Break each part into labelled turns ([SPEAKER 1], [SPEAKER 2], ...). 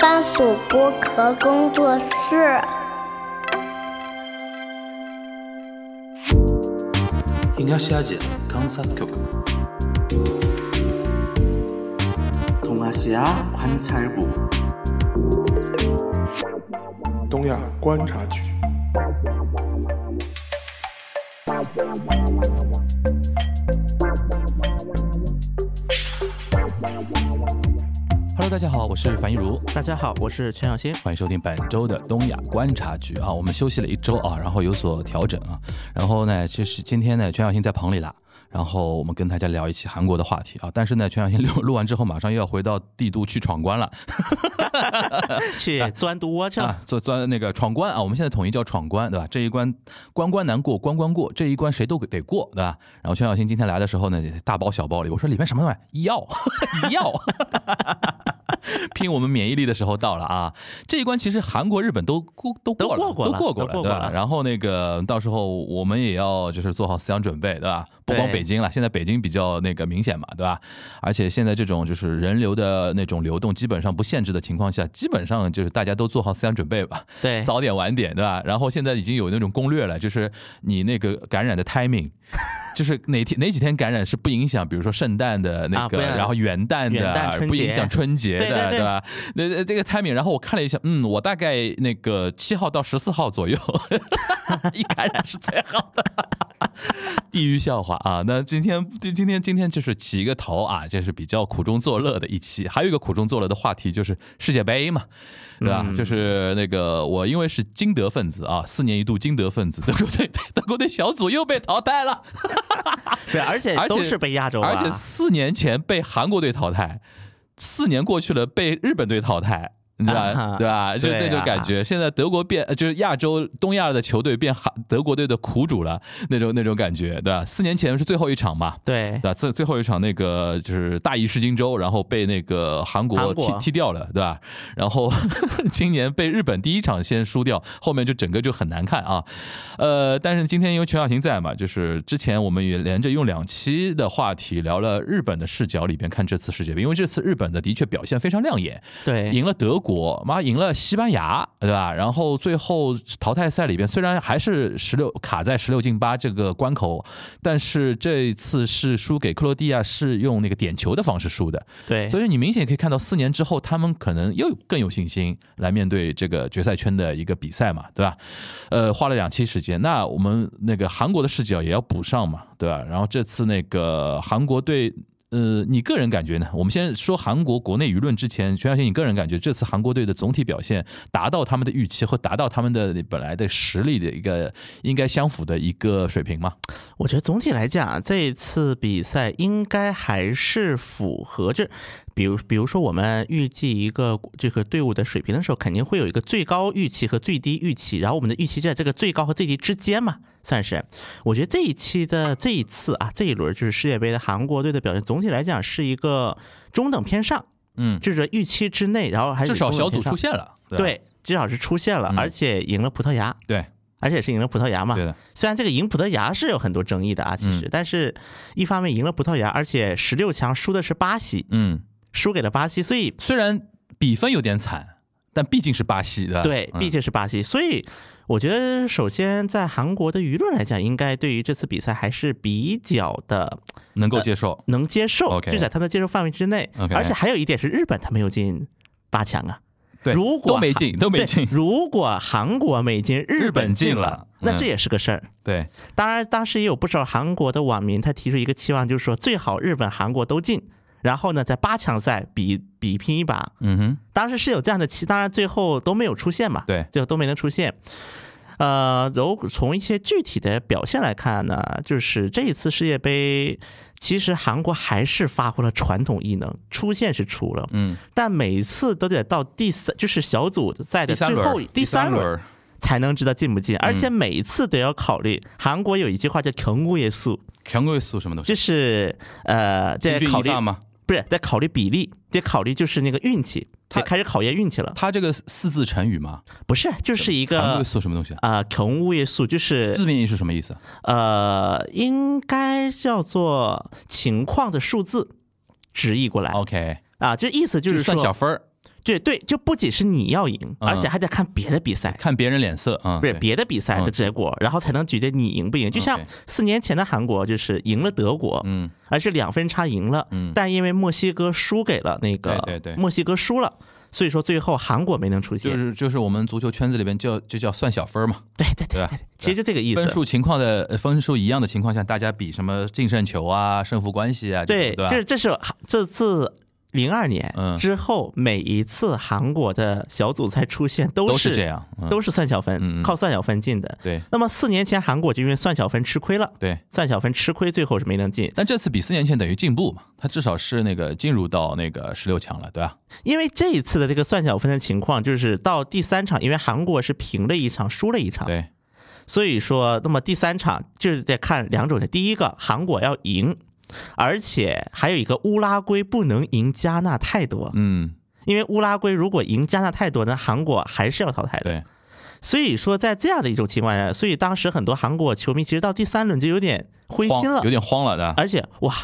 [SPEAKER 1] 番薯剥壳工作室。
[SPEAKER 2] 東アジア観察局
[SPEAKER 3] 동아시아 관찰국
[SPEAKER 4] 东亚观察局。
[SPEAKER 5] Hello，大家好，我是樊一茹，
[SPEAKER 6] 大家好，我是陈 小新。
[SPEAKER 5] 欢迎收听本周的东亚观察局啊。我们休息了一周啊，然后有所调整啊。然后呢，就是今天呢，全小新在棚里啦。然后我们跟大家聊一期韩国的话题啊，但是呢，全小新录录完之后，马上又要回到帝都去闯关了
[SPEAKER 6] 去钻毒窝去了。
[SPEAKER 5] 啊，做做那个闯关啊，我们现在统一叫闯关，对吧？这一关关关难过关关过，这一关谁都得过，对吧？然后全小新今天来的时候呢，大包小包里，我说里面什么东西？药， 药。拼我们免疫力的时候到了啊！这一关其实韩国、日本都过都过了，
[SPEAKER 6] 都过过了
[SPEAKER 5] 都过过了，
[SPEAKER 6] 都过
[SPEAKER 5] 对
[SPEAKER 6] 过
[SPEAKER 5] 吧？
[SPEAKER 6] 了
[SPEAKER 5] 然后那个到时候我们也要就是做好思想准备，对吧？不光
[SPEAKER 6] 对
[SPEAKER 5] 北京了，现在北京比较那个明显嘛，对吧？而且现在这种就是人流的那种流动基本上不限制的情况下，基本上就是大家都做好思想准备吧，
[SPEAKER 6] 对，
[SPEAKER 5] 早点晚点，对吧？然后现在已经有那种攻略了，就是你那个感染的 timing。就是 哪天哪几天感染是不影响，比如说圣诞的那
[SPEAKER 6] 啊
[SPEAKER 5] 个，
[SPEAKER 6] 不要
[SPEAKER 5] 然后元旦的，
[SPEAKER 6] 元旦春
[SPEAKER 5] 不影
[SPEAKER 6] 节
[SPEAKER 5] 响春节的，
[SPEAKER 6] 对对对
[SPEAKER 5] 吧？那那这个 timing，然后我看了一下，嗯，我大概那个七号到十四号左右， 一感染是最好的。地狱笑话啊！那今天今今天今天就是起一个头啊，这是比较苦中作乐的一期。还有一个苦中作乐的话题就是世界杯嘛，对吧？
[SPEAKER 6] 嗯
[SPEAKER 5] 就是那个我因为是金德分子啊，四年一度金德分子，德 国队德国队小组又被淘汰了。
[SPEAKER 6] 对，而且
[SPEAKER 5] 而且
[SPEAKER 6] 都是被压轴啊。
[SPEAKER 5] 而且四年前被韩国队淘汰，四年过去了被日本队淘汰。你知道
[SPEAKER 6] 啊哈
[SPEAKER 5] 吧？对吧？就
[SPEAKER 6] 对
[SPEAKER 5] 那种
[SPEAKER 6] 啊
[SPEAKER 5] 感觉。现在德国变，呃就是亚洲东亚的球队变韩德国队的苦主了，那种那种感觉，对吧？四年前是最后一场嘛，
[SPEAKER 6] 对
[SPEAKER 5] 对吧？最最后一场那个就是大意失荆州，然后被那个韩国
[SPEAKER 6] 韩
[SPEAKER 5] 踢
[SPEAKER 6] 国
[SPEAKER 5] 踢掉了，对吧？然后 今年被日本第一场先输掉，后面就整个就很难看啊。呃，但是今天因为全小新在嘛，就是之前我们也连着用两期的话题聊了日本的视角里边看这次世界杯，因为这次日本的的确表现非常亮眼，
[SPEAKER 6] 对
[SPEAKER 5] 赢了德国，妈赢了西班牙，对吧？然后最后淘汰赛里边虽然还是十六卡在十六进八这个关口，但是这一次是输给克罗地亚，是用那个点球的方式输的。
[SPEAKER 6] 对，
[SPEAKER 5] 所以你明显可以看到，四年之后他们可能又更有信心来面对这个决赛圈的一个比赛嘛，对吧？呃，花了两期时间，那我们那个韩国的视角也要补上嘛，对吧？然后这次那个韩国队。呃，你个人感觉呢？我们先说韩国国内舆论之前，全小新，你个人感觉这次韩国队的总体表现达到他们的预期和达到他们的本来的实力的一个应该相符的一个水平吗？
[SPEAKER 6] 我觉得总体来讲，这一次比赛应该还是符合这。比如，比如说，我们预计一个这个队伍的水平的时候，肯定会有一个最高预期和最低预期，然后我们的预期在这个最高和最低之间嘛，算是。我觉得这一期的这一次啊，这一轮就是世界杯的韩国队的表现，总体来讲是一个中等偏上，
[SPEAKER 5] 嗯，
[SPEAKER 6] 就是预期之内，然后还是
[SPEAKER 5] 至少
[SPEAKER 6] 中
[SPEAKER 5] 小
[SPEAKER 6] 等
[SPEAKER 5] 组
[SPEAKER 6] 偏上
[SPEAKER 5] 出现了，吧
[SPEAKER 6] 对，至少是出现了
[SPEAKER 5] 嗯，
[SPEAKER 6] 而且赢了葡萄牙，
[SPEAKER 5] 对
[SPEAKER 6] 而且是赢了葡萄牙嘛
[SPEAKER 5] 对。嗯的，
[SPEAKER 6] 虽然这个赢葡萄牙是有很多争议的啊，其实，但是一方面赢了葡萄牙，而且十六强输的是巴西，
[SPEAKER 5] 嗯。
[SPEAKER 6] 输给了巴西，所以
[SPEAKER 5] 虽然比分有点惨，但毕竟是巴西的，嗯
[SPEAKER 6] 对，毕
[SPEAKER 5] 竟、
[SPEAKER 6] 竟是巴西，所以我觉得首先在韩国的舆论来讲，应该对于这次比赛还是比较的
[SPEAKER 5] 能够接受。
[SPEAKER 6] 能接受，
[SPEAKER 5] OK
[SPEAKER 6] 就在他们的接受范围之内。
[SPEAKER 5] OK
[SPEAKER 6] 而且还有一点是，日本他没有进八强啊。
[SPEAKER 5] 对，
[SPEAKER 6] 如果
[SPEAKER 5] 都没进，都没
[SPEAKER 6] 对
[SPEAKER 5] 进，
[SPEAKER 6] 如果韩国没进，日
[SPEAKER 5] 本
[SPEAKER 6] 本
[SPEAKER 5] 进
[SPEAKER 6] 进
[SPEAKER 5] 了
[SPEAKER 6] 那
[SPEAKER 5] 嗯
[SPEAKER 6] 这也是个事儿。
[SPEAKER 5] 对，
[SPEAKER 6] 当然，当时也有不少韩国的网民，他提出一个期望，就是说最好日本、韩国都进，然后呢，在八强赛比比拼一把。
[SPEAKER 5] 嗯哼，
[SPEAKER 6] 当时是有这样的期，当然最后都没有出现嘛，
[SPEAKER 5] 对
[SPEAKER 6] 最后都没能出现。呃，然后从一些具体的表现来看呢，就是这一次世界杯，其实韩国还是发挥了传统异能，出线是出了，
[SPEAKER 5] 嗯，
[SPEAKER 6] 但每次都得到第三，就是小组赛的
[SPEAKER 5] 第三
[SPEAKER 6] 最后
[SPEAKER 5] 轮，
[SPEAKER 6] 第三轮
[SPEAKER 5] 轮，
[SPEAKER 6] 才能知道进不
[SPEAKER 5] 嗯
[SPEAKER 6] 进，而且每一次都要考虑。韩国有一句话叫“경우의素
[SPEAKER 5] 全国素什么东”，西？
[SPEAKER 6] 就是呃，在
[SPEAKER 5] 平均
[SPEAKER 6] 考
[SPEAKER 5] 以
[SPEAKER 6] 虑
[SPEAKER 5] 上吗？
[SPEAKER 6] 不是在考虑比例，得考虑就是那个运气，
[SPEAKER 5] 他
[SPEAKER 6] 得开始考验运气了。
[SPEAKER 5] 它这个四字成语吗？
[SPEAKER 6] 不是，就是一
[SPEAKER 5] 全国
[SPEAKER 6] 个
[SPEAKER 5] 素什么东西？
[SPEAKER 6] 呃경우의素，就是
[SPEAKER 5] 字面意是什么意思？
[SPEAKER 6] 呃应该叫做情况的数字直译过来啊、啊
[SPEAKER 5] OK，
[SPEAKER 6] 就意思就是
[SPEAKER 5] 哦算小
[SPEAKER 6] 说，
[SPEAKER 5] 分儿，
[SPEAKER 6] 对对，就不仅是你要赢，
[SPEAKER 5] 嗯
[SPEAKER 6] 而且还得看别的比赛。
[SPEAKER 5] 看别人脸色啊，嗯
[SPEAKER 6] 不是
[SPEAKER 5] 对
[SPEAKER 6] 别的比赛的结果，然后才能决定你赢不赢。就像
[SPEAKER 5] OK
[SPEAKER 6] 四年前的韩国，就是赢了德国，
[SPEAKER 5] 嗯，
[SPEAKER 6] 而是两分差赢了，
[SPEAKER 5] 嗯
[SPEAKER 6] 但因为墨西哥输给了那个，
[SPEAKER 5] 对对对
[SPEAKER 6] 墨西哥输了，所以说最后韩国没能出现。
[SPEAKER 5] 就是就是我们足球圈子里边叫就叫算小分儿嘛，
[SPEAKER 6] 对对对，
[SPEAKER 5] 对吧？
[SPEAKER 6] 其实就这个意思。
[SPEAKER 5] 分数情况的呃分数一样的情况下，大家比什么净胜球啊、胜负关系啊，这
[SPEAKER 6] 对，
[SPEAKER 5] 种对吧
[SPEAKER 6] 这？这是这自零二年
[SPEAKER 5] 嗯
[SPEAKER 6] 之后，每一次韩国的小组赛出现都
[SPEAKER 5] 都
[SPEAKER 6] 是
[SPEAKER 5] 是这，样，嗯
[SPEAKER 6] 都是算小
[SPEAKER 5] 嗯
[SPEAKER 6] 分，
[SPEAKER 5] 嗯
[SPEAKER 6] 靠算小分进的。
[SPEAKER 5] 对
[SPEAKER 6] 那么四年前韩国就因为算小分吃亏了，
[SPEAKER 5] 对。
[SPEAKER 6] 算小分吃亏，最后是没能进。
[SPEAKER 5] 但这次比四年前等于进步嘛，他至少是那个进入到那个十六强了，对吧？
[SPEAKER 6] 因为这一次的这个算小分的情况，就是到第三场，因为韩国是平了一场，输了一场，
[SPEAKER 5] 对，
[SPEAKER 6] 所以说，那么第三场就是得看两种的。第一个，韩国要赢，而且还有一个乌拉圭不能赢加纳太多，
[SPEAKER 5] 嗯，
[SPEAKER 6] 因为乌拉圭如果赢加纳太多呢，韩国还是要淘汰的。
[SPEAKER 5] 对，
[SPEAKER 6] 所以说，在这样的一种情况下，所以当时很多韩国球迷其实到第三轮就有点灰
[SPEAKER 5] 慌
[SPEAKER 6] 心了哎
[SPEAKER 5] 有，点慌了的，
[SPEAKER 6] 而且哇，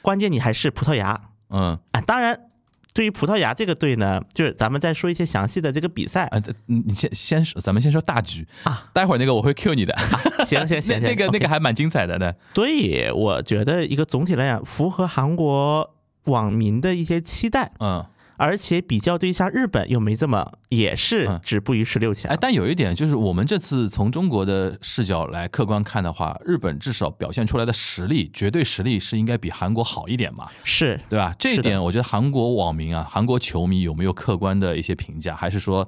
[SPEAKER 6] 关键你还是葡萄牙，
[SPEAKER 5] 嗯，
[SPEAKER 6] 啊，当然，对于葡萄牙这个队呢，就是咱们再说一些详细的这个比赛。
[SPEAKER 5] 啊，这你你先先说，咱们先说大局
[SPEAKER 6] 啊，
[SPEAKER 5] 待会儿那个我会 Q 你的，
[SPEAKER 6] 行行行行，
[SPEAKER 5] 那那个那
[SPEAKER 6] OK
[SPEAKER 5] 个。还蛮精彩的呢，
[SPEAKER 6] 所以我觉得一个总体来讲，符合韩国网民的一些期待，
[SPEAKER 5] 嗯，
[SPEAKER 6] 而且比较对象日本又没这么，也是
[SPEAKER 5] 嗯
[SPEAKER 6] 止步于十六强。
[SPEAKER 5] 哎，但有一点就是，我们这次从中国的视角来客观看的话，日本至少表现出来的实力，绝对实力是应该比韩国好一点嘛，
[SPEAKER 6] 是
[SPEAKER 5] 对吧？这一
[SPEAKER 6] 是的
[SPEAKER 5] 点，我觉得韩国网民啊，韩国球迷有没有客观的一些评价，还是说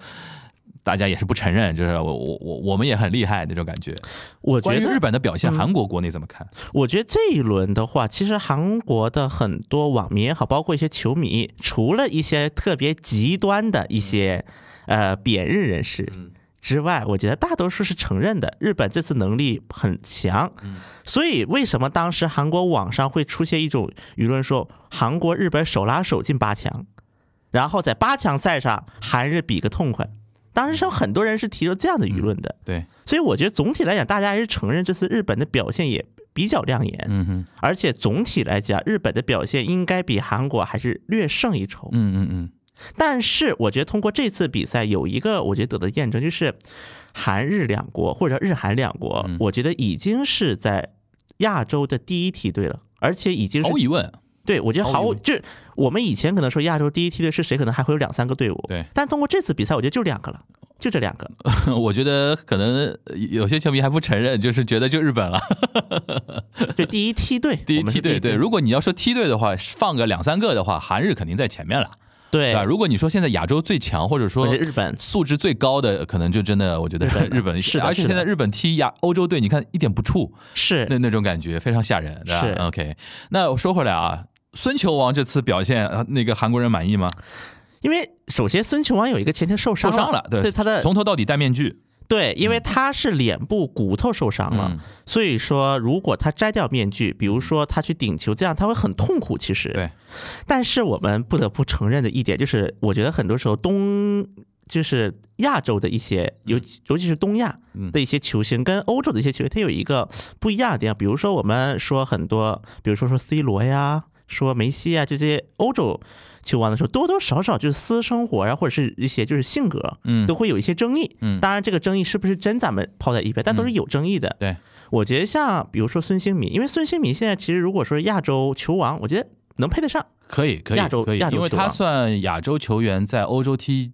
[SPEAKER 5] 大家也是不承认，就是我我我我们也很厉害那种感觉？
[SPEAKER 6] 我觉
[SPEAKER 5] 关于
[SPEAKER 6] 得
[SPEAKER 5] 日本的表现，
[SPEAKER 6] 嗯
[SPEAKER 5] 韩国国内怎么看？
[SPEAKER 6] 我觉得这一轮的话，其实韩国的很多网民也好，包括一些球迷，除了一些特别极端的一些、
[SPEAKER 5] 嗯
[SPEAKER 6] 呃贬日人士之外，我觉得大多数是承认的，日本这次能力很强。所以为什么当时韩国网上会出现一种舆论说韩国日本手拉手进八强，然后在八强赛上韩日比个痛快？当时是有很多人是提出这样的舆论的。
[SPEAKER 5] 对，
[SPEAKER 6] 所以我觉得总体来讲，大家还是承认这次日本的表现也比较亮眼，
[SPEAKER 5] 嗯哼，
[SPEAKER 6] 而且总体来讲，日本的表现应该比韩国还是略胜一筹。
[SPEAKER 5] 嗯嗯嗯，
[SPEAKER 6] 但是我觉得通过这次比赛，有一个我觉得得到验证，就是韩日两国或者日韩两国
[SPEAKER 5] 嗯，
[SPEAKER 6] 我觉得已经是在亚洲的第一梯队了，而且已经
[SPEAKER 5] 毫无疑
[SPEAKER 6] 是
[SPEAKER 5] 问，
[SPEAKER 6] 对我觉得
[SPEAKER 5] 毫
[SPEAKER 6] 毫
[SPEAKER 5] 无
[SPEAKER 6] 无
[SPEAKER 5] 疑问
[SPEAKER 6] 就是我们以前可能说亚洲第一梯队是谁，可能还会有两三个队伍，
[SPEAKER 5] 对
[SPEAKER 6] 但通过这次比赛，我觉得就两个了，就这 两个。
[SPEAKER 5] 我觉得可能有些球迷还不承认，就是觉得就日本了。
[SPEAKER 6] 对，第一梯队，
[SPEAKER 5] 第一
[SPEAKER 6] 我们是
[SPEAKER 5] 梯队，对，如果你要说梯队的话，放个两三个的话，韩日肯定在前面了，
[SPEAKER 6] 对
[SPEAKER 5] 对吧？如果你说现在亚洲最强，或者
[SPEAKER 6] 或
[SPEAKER 5] 说
[SPEAKER 6] 者日本
[SPEAKER 5] 素质最高的，可能就真的我觉得
[SPEAKER 6] 日本
[SPEAKER 5] 日本
[SPEAKER 6] 是的
[SPEAKER 5] 而且
[SPEAKER 6] 是的
[SPEAKER 5] 现在日本踢亚欧洲队，你看一点不怵，
[SPEAKER 6] 是
[SPEAKER 5] 那那种感觉非常吓人，对吧
[SPEAKER 6] 是
[SPEAKER 5] ？OK，那我说回来啊，孙球王这次表现，呃那个韩国人满意吗？
[SPEAKER 6] 因为首先孙球王有一个前天受
[SPEAKER 5] 受
[SPEAKER 6] 伤
[SPEAKER 5] 伤了，对，
[SPEAKER 6] 他的
[SPEAKER 5] 从头到底戴面具，
[SPEAKER 6] 对，因为他是脸部骨头受伤了，
[SPEAKER 5] 嗯
[SPEAKER 6] 所以说如果他摘掉面具，比如说他去顶球，这样他会很痛苦。其实，
[SPEAKER 5] 对，
[SPEAKER 6] 但是我们不得不承认的一点就是，我觉得很多时候东就是亚洲的一些，尤
[SPEAKER 5] 嗯
[SPEAKER 6] 其尤其是东亚的一些球星，跟欧洲的一些球星，它有一个不一样的地方。比如说我们说很多，比如说说 C 罗呀，说梅西啊呀这些欧洲球王的时候，多多少少就是私生活啊呀，或者是一些就是性格，
[SPEAKER 5] 嗯
[SPEAKER 6] 都会有一些争议。
[SPEAKER 5] 嗯
[SPEAKER 6] 当然这个争议是不是真，咱们抛在一边，但都是有争议的。
[SPEAKER 5] 对，
[SPEAKER 6] 我觉得像比如说孙兴民，因为孙兴民现在其实如果说亚洲球王，我觉得能配得上。
[SPEAKER 5] 可以，可以，
[SPEAKER 6] 亚洲
[SPEAKER 5] 可以，
[SPEAKER 6] 亚洲
[SPEAKER 5] 因为
[SPEAKER 6] 球
[SPEAKER 5] 他
[SPEAKER 6] 王
[SPEAKER 5] 算亚洲球员在欧洲踢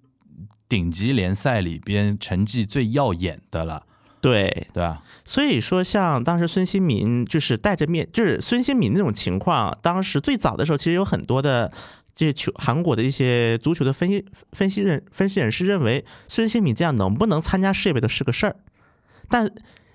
[SPEAKER 5] 顶级联赛里边成绩最耀眼的了，
[SPEAKER 6] 对，
[SPEAKER 5] 对吧？
[SPEAKER 6] 所以说像当时孙兴民就是戴着面，就是孙兴民那种情况，当时最早的时候其实有很多的。这些球韩国的一些足球的分析分析人分析人士认为，孙兴民这样能不能参加世界杯都是个事儿。但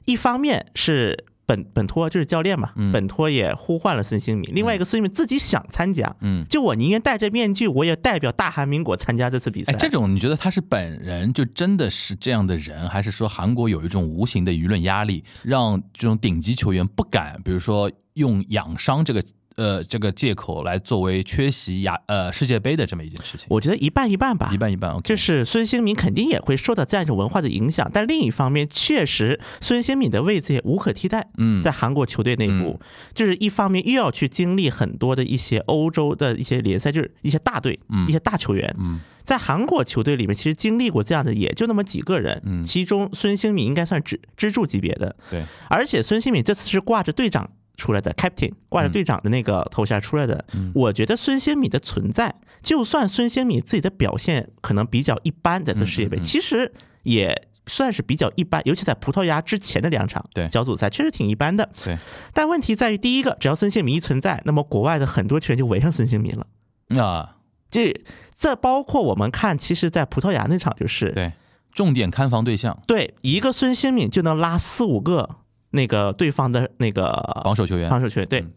[SPEAKER 6] 一方面是本本托就是教练嘛，
[SPEAKER 5] 嗯
[SPEAKER 6] 本托也呼唤了孙兴民；另外一个孙兴民自己想参加，
[SPEAKER 5] 嗯，
[SPEAKER 6] 就我宁愿戴着面具，我也代表大韩民国参加这次比赛。
[SPEAKER 5] 哎，这种你觉得他是本人就真的是这样的人，还是说韩国有一种无形的舆论压力，让这种顶级球员不敢，比如说用养伤这个呃这个借口来作为缺席亚呃世界杯的这么一件事情？
[SPEAKER 6] 我觉得一半一半吧，
[SPEAKER 5] 一半一半，OK，
[SPEAKER 6] 就是孙兴民肯定也会受到这样一种文化的影响，但另一方面，确实孙兴民的位置也无可替代。
[SPEAKER 5] 嗯
[SPEAKER 6] 在韩国球队内部，就是一方面又要去经历很多的一些欧洲的一些联赛，就是一些大队、
[SPEAKER 5] 嗯
[SPEAKER 6] 一些大球员。
[SPEAKER 5] 嗯
[SPEAKER 6] 在韩国球队里面，其实经历过这样的也就那么几个人，
[SPEAKER 5] 嗯
[SPEAKER 6] 其中孙兴民应该算支支柱级别的。
[SPEAKER 5] 对，
[SPEAKER 6] 而且孙兴敏这次是挂着队长出来的，captain 挂着队长的那个头衔出来的。
[SPEAKER 5] 嗯
[SPEAKER 6] 我觉得孙兴敏的存在，就算孙兴敏自己的表现可能比较一般，在这
[SPEAKER 5] 嗯
[SPEAKER 6] 世界杯，其实也。算是比较一般，尤其在葡萄牙之前的两场
[SPEAKER 5] 对
[SPEAKER 6] 小组赛，确实挺一般的。
[SPEAKER 5] 对，
[SPEAKER 6] 但问题在于，第一个，只要孙兴民一存在，那么国外的很多球员就围上孙兴民了。
[SPEAKER 5] 啊，
[SPEAKER 6] 这这包括我们看，其实，在葡萄牙那场就是，
[SPEAKER 5] 对，重点看防对象，
[SPEAKER 6] 对，一个孙兴敏就能拉四五个那个对方的那个
[SPEAKER 5] 防守球员
[SPEAKER 6] 啊防守球员。对
[SPEAKER 5] 嗯，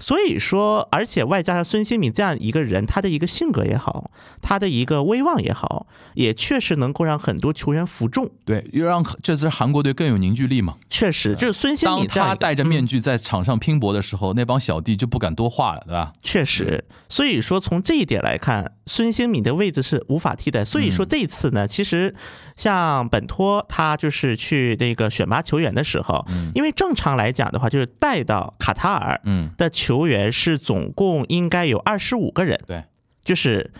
[SPEAKER 6] 所以说，而且外加上孙兴敏这样一个人，他的一个性格也好，他的一个威望也好，也确实能够让很多球员服众。
[SPEAKER 5] 对，又让这支韩国队更有凝聚力嘛。
[SPEAKER 6] 确实，就是孙兴
[SPEAKER 5] 当
[SPEAKER 6] 敏这样一
[SPEAKER 5] 他
[SPEAKER 6] 个
[SPEAKER 5] 戴着
[SPEAKER 6] 嗯
[SPEAKER 5] 面具在场上拼搏的时候，那帮小弟就不敢多话了，对吧？
[SPEAKER 6] 确实，所以说从这一点来看，孙兴敏的位置是无法替代。
[SPEAKER 5] 嗯
[SPEAKER 6] 所以说这次呢，其实像本托他就是去那个选拔球员的时候，因为正常来讲的话，就是带到卡塔尔
[SPEAKER 5] 嗯，
[SPEAKER 6] 的球员是总共应该有二十五个人，
[SPEAKER 5] 对，
[SPEAKER 6] 就是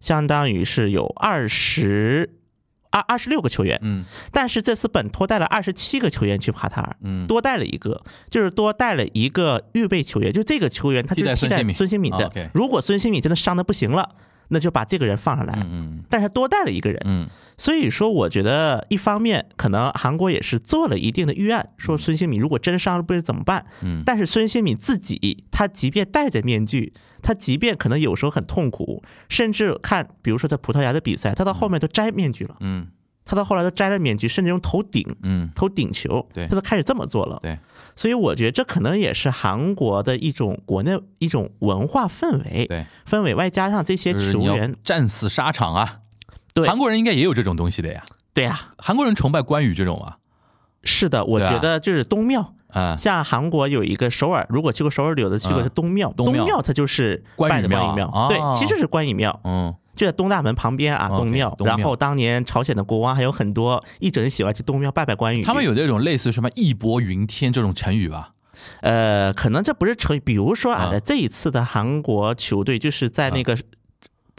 [SPEAKER 6] 相当于是有二十二二十六个球员。
[SPEAKER 5] 嗯
[SPEAKER 6] 但是这次本托带了二十七个球员去卡塔尔，
[SPEAKER 5] 嗯，
[SPEAKER 6] 多带了一个，就是多带了一个预备球员，就这个球员他就是
[SPEAKER 5] 替
[SPEAKER 6] 替
[SPEAKER 5] 代孙
[SPEAKER 6] 代
[SPEAKER 5] 兴慜
[SPEAKER 6] 孙兴敏
[SPEAKER 5] 啊
[SPEAKER 6] 的
[SPEAKER 5] ，OK。
[SPEAKER 6] 如果孙兴敏真的伤的不行了，那就把这个人放上来。
[SPEAKER 5] 嗯
[SPEAKER 6] 但是多带了一个人，
[SPEAKER 5] 嗯
[SPEAKER 6] 所以说我觉得一方面可能韩国也是做了一定的预案，说孙兴敏如果真伤了不知怎么办。
[SPEAKER 5] 嗯
[SPEAKER 6] 但是孙兴敏自己，他即便戴着面具，他即便可能有时候很痛苦，甚至看比如说在葡萄牙的比赛，他到后面都摘面具了，
[SPEAKER 5] 嗯
[SPEAKER 6] 他到后来都摘了面具，甚至用头顶。
[SPEAKER 5] 嗯
[SPEAKER 6] 投顶球，
[SPEAKER 5] 对
[SPEAKER 6] 他都开始这么做了。
[SPEAKER 5] 对，
[SPEAKER 6] 所以我觉得这可能也是韩国的一种国内一种文化氛围，
[SPEAKER 5] 对，
[SPEAKER 6] 氛围外加上这些
[SPEAKER 5] 就是
[SPEAKER 6] 球
[SPEAKER 5] 你要
[SPEAKER 6] 员，
[SPEAKER 5] 战死沙场啊。
[SPEAKER 6] 对
[SPEAKER 5] 韩国人应该也有这种东西的呀。
[SPEAKER 6] 对呀、
[SPEAKER 5] 韩国人崇拜关羽这种啊，
[SPEAKER 6] 是的，我
[SPEAKER 5] 对啊
[SPEAKER 6] 觉得就是东庙，
[SPEAKER 5] 啊，
[SPEAKER 6] 像韩国有一个首尔，如果去过首尔旅游的，去
[SPEAKER 5] 嗯
[SPEAKER 6] 过是东庙，
[SPEAKER 5] 东庙
[SPEAKER 6] 它就是
[SPEAKER 5] 关羽
[SPEAKER 6] 拜的关
[SPEAKER 5] 庙
[SPEAKER 6] 羽
[SPEAKER 5] 啊
[SPEAKER 6] 庙，
[SPEAKER 5] 哦
[SPEAKER 6] 对，其实是关羽庙。
[SPEAKER 5] 嗯，
[SPEAKER 6] 就在东大门旁边啊，
[SPEAKER 5] OK，
[SPEAKER 6] 东庙。
[SPEAKER 5] 东庙
[SPEAKER 6] 然后当年朝鲜的国王还有很多一直喜欢去东庙拜拜关羽。
[SPEAKER 5] 他们有那种类似什么义薄云天这种成语吧？
[SPEAKER 6] 呃，可能这不是成语，比如说啊
[SPEAKER 5] 啊，
[SPEAKER 6] 在这一次的韩国球队，就是在那个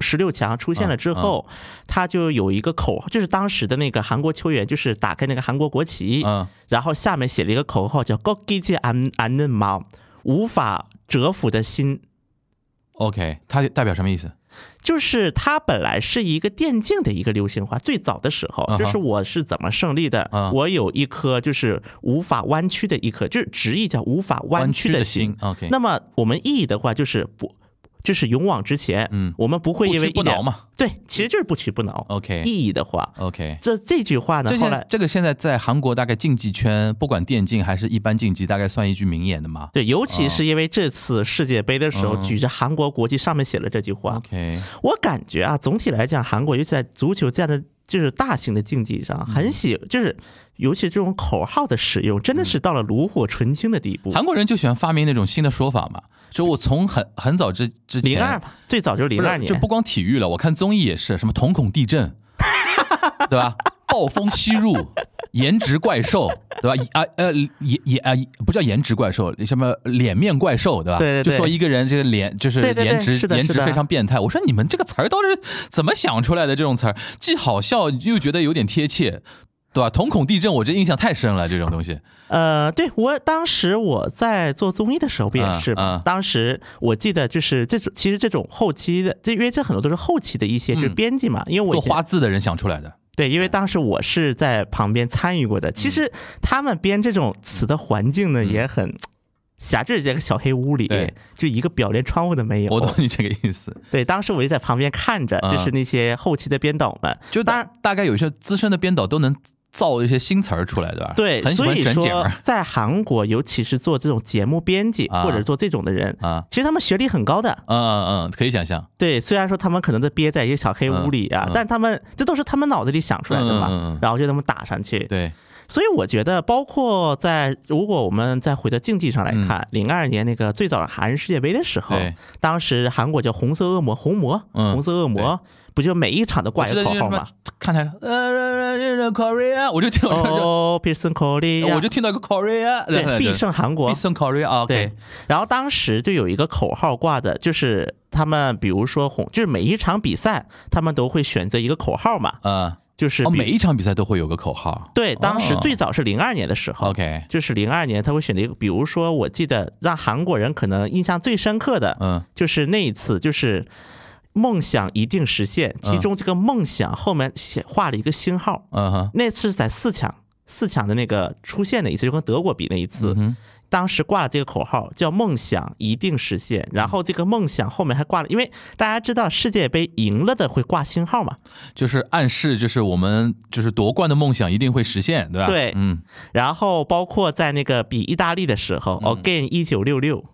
[SPEAKER 6] 十六强出现了之后，他就有一个口号，就是当时的那个韩国球员，就是打开那个韩国国旗，
[SPEAKER 5] 嗯，
[SPEAKER 6] 然后下面写了一个口号叫 g o g i j an an n m 无法折服的心。
[SPEAKER 5] OK，它代表什么意思？
[SPEAKER 6] 就是它本来是一个电竞的一个流行化，最早的时候
[SPEAKER 5] 嗯哼，
[SPEAKER 6] 就是我是怎么胜利的
[SPEAKER 5] 嗯？
[SPEAKER 6] 我有一颗就是无法弯曲的一颗，就是直译叫无法弯曲
[SPEAKER 5] 的
[SPEAKER 6] 的心。
[SPEAKER 5] ，OK，
[SPEAKER 6] 那么我们意义的话，就是不，就是勇往直前。
[SPEAKER 5] 嗯
[SPEAKER 6] 我们不会因为
[SPEAKER 5] 不屈不
[SPEAKER 6] 一点
[SPEAKER 5] 挠嘛。
[SPEAKER 6] 对，其实就是不屈不挠。
[SPEAKER 5] OK
[SPEAKER 6] 意义的话，
[SPEAKER 5] OK，
[SPEAKER 6] 这这句话呢
[SPEAKER 5] 这，
[SPEAKER 6] 后
[SPEAKER 5] 些
[SPEAKER 6] 来
[SPEAKER 5] 这个现在在韩国大概竞技圈，不管电竞还是一般竞技，大概算一句名言的嘛。
[SPEAKER 6] 对，尤其是因为这次世界杯的时候，
[SPEAKER 5] 哦嗯
[SPEAKER 6] 举着韩国国旗，上面写了这句话。
[SPEAKER 5] OK，
[SPEAKER 6] 我感觉啊，总体来讲，韩国尤其在足球这样的就是大型的竞技上，
[SPEAKER 5] 嗯
[SPEAKER 6] 很喜就是。尤其这种口号的使用，真的
[SPEAKER 5] 嗯
[SPEAKER 6] 是到了炉火纯青的地步。
[SPEAKER 5] 韩国人就喜欢发明那种新的说法嘛。就我从很很早之之前，
[SPEAKER 6] 零二吧，最早就是零二
[SPEAKER 5] 不
[SPEAKER 6] 年，
[SPEAKER 5] 是就不光体育了，我看综艺也是，什么瞳孔地震， 对吧？暴风吸入，颜值怪兽，对吧？啊呃颜颜啊不叫颜值怪兽，什么脸面怪兽，对吧？
[SPEAKER 6] 对对对
[SPEAKER 5] 就说一个人这个脸就是
[SPEAKER 6] 对对对
[SPEAKER 5] 颜值
[SPEAKER 6] 是的
[SPEAKER 5] 颜值
[SPEAKER 6] 是的
[SPEAKER 5] 非常变态。我说你们这个词儿都是怎么想出来的？这种词儿既好笑又觉得有点贴切。对吧？瞳孔地震，我这印象太深了，这种东西。
[SPEAKER 6] 呃，对我当时我在做综艺的时候不也是
[SPEAKER 5] 嗯
[SPEAKER 6] 吗？
[SPEAKER 5] 嗯
[SPEAKER 6] 当时我记得就是这种，其实这种后期的，这因为这很多都是后期的一些就是
[SPEAKER 5] 嗯
[SPEAKER 6] 编辑嘛，因为我
[SPEAKER 5] 做
[SPEAKER 6] 以前
[SPEAKER 5] 花嗯字的人想出来的，
[SPEAKER 6] 对，因为当时我是在旁边参与过的。
[SPEAKER 5] 嗯
[SPEAKER 6] 其实他们编这种词的环境呢，也很狭制，这个小黑屋里
[SPEAKER 5] 对，
[SPEAKER 6] 就一个表连窗户都没
[SPEAKER 5] 我懂
[SPEAKER 6] 有。
[SPEAKER 5] 你这个意思。
[SPEAKER 6] 对，当时我就在旁边看着，
[SPEAKER 5] 嗯
[SPEAKER 6] 就是那些后期的编导们，
[SPEAKER 5] 就
[SPEAKER 6] 当
[SPEAKER 5] 大
[SPEAKER 6] 然
[SPEAKER 5] 大概有一些资深的编导都能造一些新词儿出来，对吧？
[SPEAKER 6] 对，
[SPEAKER 5] 很喜
[SPEAKER 6] 所
[SPEAKER 5] 欢
[SPEAKER 6] 以
[SPEAKER 5] 整景
[SPEAKER 6] 说
[SPEAKER 5] 儿
[SPEAKER 6] 在韩国，尤其是做这种节目编辑
[SPEAKER 5] 啊
[SPEAKER 6] 或者做这种的人，
[SPEAKER 5] 啊，
[SPEAKER 6] 其实他们学历很高的。
[SPEAKER 5] 嗯嗯嗯，可以想象，
[SPEAKER 6] 对，虽然说他们可能在憋在一个小黑屋里啊，
[SPEAKER 5] 嗯嗯
[SPEAKER 6] 但他们这都是他们脑子里想出来的嘛，
[SPEAKER 5] 嗯嗯嗯
[SPEAKER 6] 然后就那么打上去。
[SPEAKER 5] 对，
[SPEAKER 6] 所以我觉得，包括在如果我们再回到竞技上来看，零二、年那个最早韩日世界杯的时候
[SPEAKER 5] 嗯对，
[SPEAKER 6] 当时韩国叫红色恶魔，红魔，
[SPEAKER 5] 嗯
[SPEAKER 6] 红色恶魔，不就每一场都
[SPEAKER 5] 我
[SPEAKER 6] 挂一
[SPEAKER 5] 记得
[SPEAKER 6] 个
[SPEAKER 5] 那
[SPEAKER 6] 口
[SPEAKER 5] 个
[SPEAKER 6] 号
[SPEAKER 5] 什
[SPEAKER 6] 吗
[SPEAKER 5] 么？，看台上，呃呃呃呃，Korea，我就听 我
[SPEAKER 6] 哦，Pearson Korea，
[SPEAKER 5] 就我就听到一个 Korea，
[SPEAKER 6] 对，必胜韩国
[SPEAKER 5] 必，胜 Korea，啊
[SPEAKER 6] 对
[SPEAKER 5] OK，。
[SPEAKER 6] 然后当时就有一个口号挂的，就是他们比如说红，就是每一场比赛他们都会选择一个口号嘛，
[SPEAKER 5] 嗯，
[SPEAKER 6] 就是
[SPEAKER 5] 哦，
[SPEAKER 6] 比
[SPEAKER 5] 每一场比赛都会有个口号，
[SPEAKER 6] 对，当时
[SPEAKER 5] 哦
[SPEAKER 6] 最早是零二年的时候。
[SPEAKER 5] OK，
[SPEAKER 6] 就是零二年，他会选择一个，比如说，我记得让韩国人可能印象最深刻的，
[SPEAKER 5] 嗯，
[SPEAKER 6] 就是那一次，就是梦想一定实现，其中这个梦想后面写画了一个星号，
[SPEAKER 5] 嗯哼，
[SPEAKER 6] 那次是在四强，四强的那个出现的一次，就跟德国比那一次，
[SPEAKER 5] 嗯
[SPEAKER 6] 当时挂了这个口号叫“梦想一定实现”，
[SPEAKER 5] 嗯
[SPEAKER 6] 然后这个梦想后面还挂了，因为大家知道世界杯赢了的会挂星号嘛，
[SPEAKER 5] 就是暗示，就是我们就是夺冠的梦想一定会实现，对吧？
[SPEAKER 6] 对
[SPEAKER 5] 嗯，
[SPEAKER 6] 然后包括在那个比意大利的时候，Again 哦一九六六。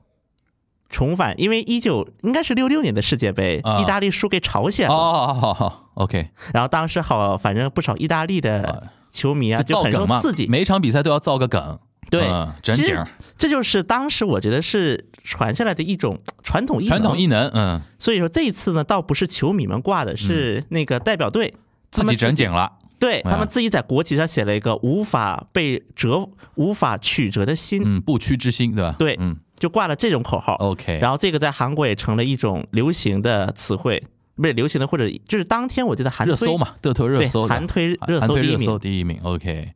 [SPEAKER 6] 重返，因为一九应该是六六年的世界杯，
[SPEAKER 5] 啊
[SPEAKER 6] 意大利输给朝鲜
[SPEAKER 5] 哦
[SPEAKER 6] 了。
[SPEAKER 5] 哦哦哦，OK，
[SPEAKER 6] 然后当时好，反正不少意大利的球迷啊，就
[SPEAKER 5] 哦造
[SPEAKER 6] 很受
[SPEAKER 5] 梗嘛
[SPEAKER 6] 刺，激。
[SPEAKER 5] 每一场比赛都要造个梗，
[SPEAKER 6] 对
[SPEAKER 5] 嗯，整
[SPEAKER 6] 其
[SPEAKER 5] 景
[SPEAKER 6] 实
[SPEAKER 5] 儿，
[SPEAKER 6] 这就是当时我觉得是传下来的一种传统艺
[SPEAKER 5] 传统
[SPEAKER 6] 艺。
[SPEAKER 5] 异能，嗯，
[SPEAKER 6] 所以说这一次呢，倒不是球迷们挂的，是那个代表队
[SPEAKER 5] 自己整景，了，
[SPEAKER 6] 他们对
[SPEAKER 5] 嗯
[SPEAKER 6] 他们自己在国旗上写了一个无法被折、无法曲折的心，
[SPEAKER 5] 嗯，不屈之心，对吧？
[SPEAKER 6] 对
[SPEAKER 5] 嗯
[SPEAKER 6] 就挂了这种口号。
[SPEAKER 5] ，OK，
[SPEAKER 6] 然
[SPEAKER 5] 后
[SPEAKER 6] 后这个在韩国也成了一种流行的词汇，不是流行的，或者就是当天我记得韩
[SPEAKER 5] 热
[SPEAKER 6] 推
[SPEAKER 5] 搜嘛，热头热
[SPEAKER 6] 对
[SPEAKER 5] 搜的，啊
[SPEAKER 6] 韩推热
[SPEAKER 5] 韩
[SPEAKER 6] 搜
[SPEAKER 5] 推
[SPEAKER 6] 第一
[SPEAKER 5] 热搜
[SPEAKER 6] 名。
[SPEAKER 5] 第一名，OK。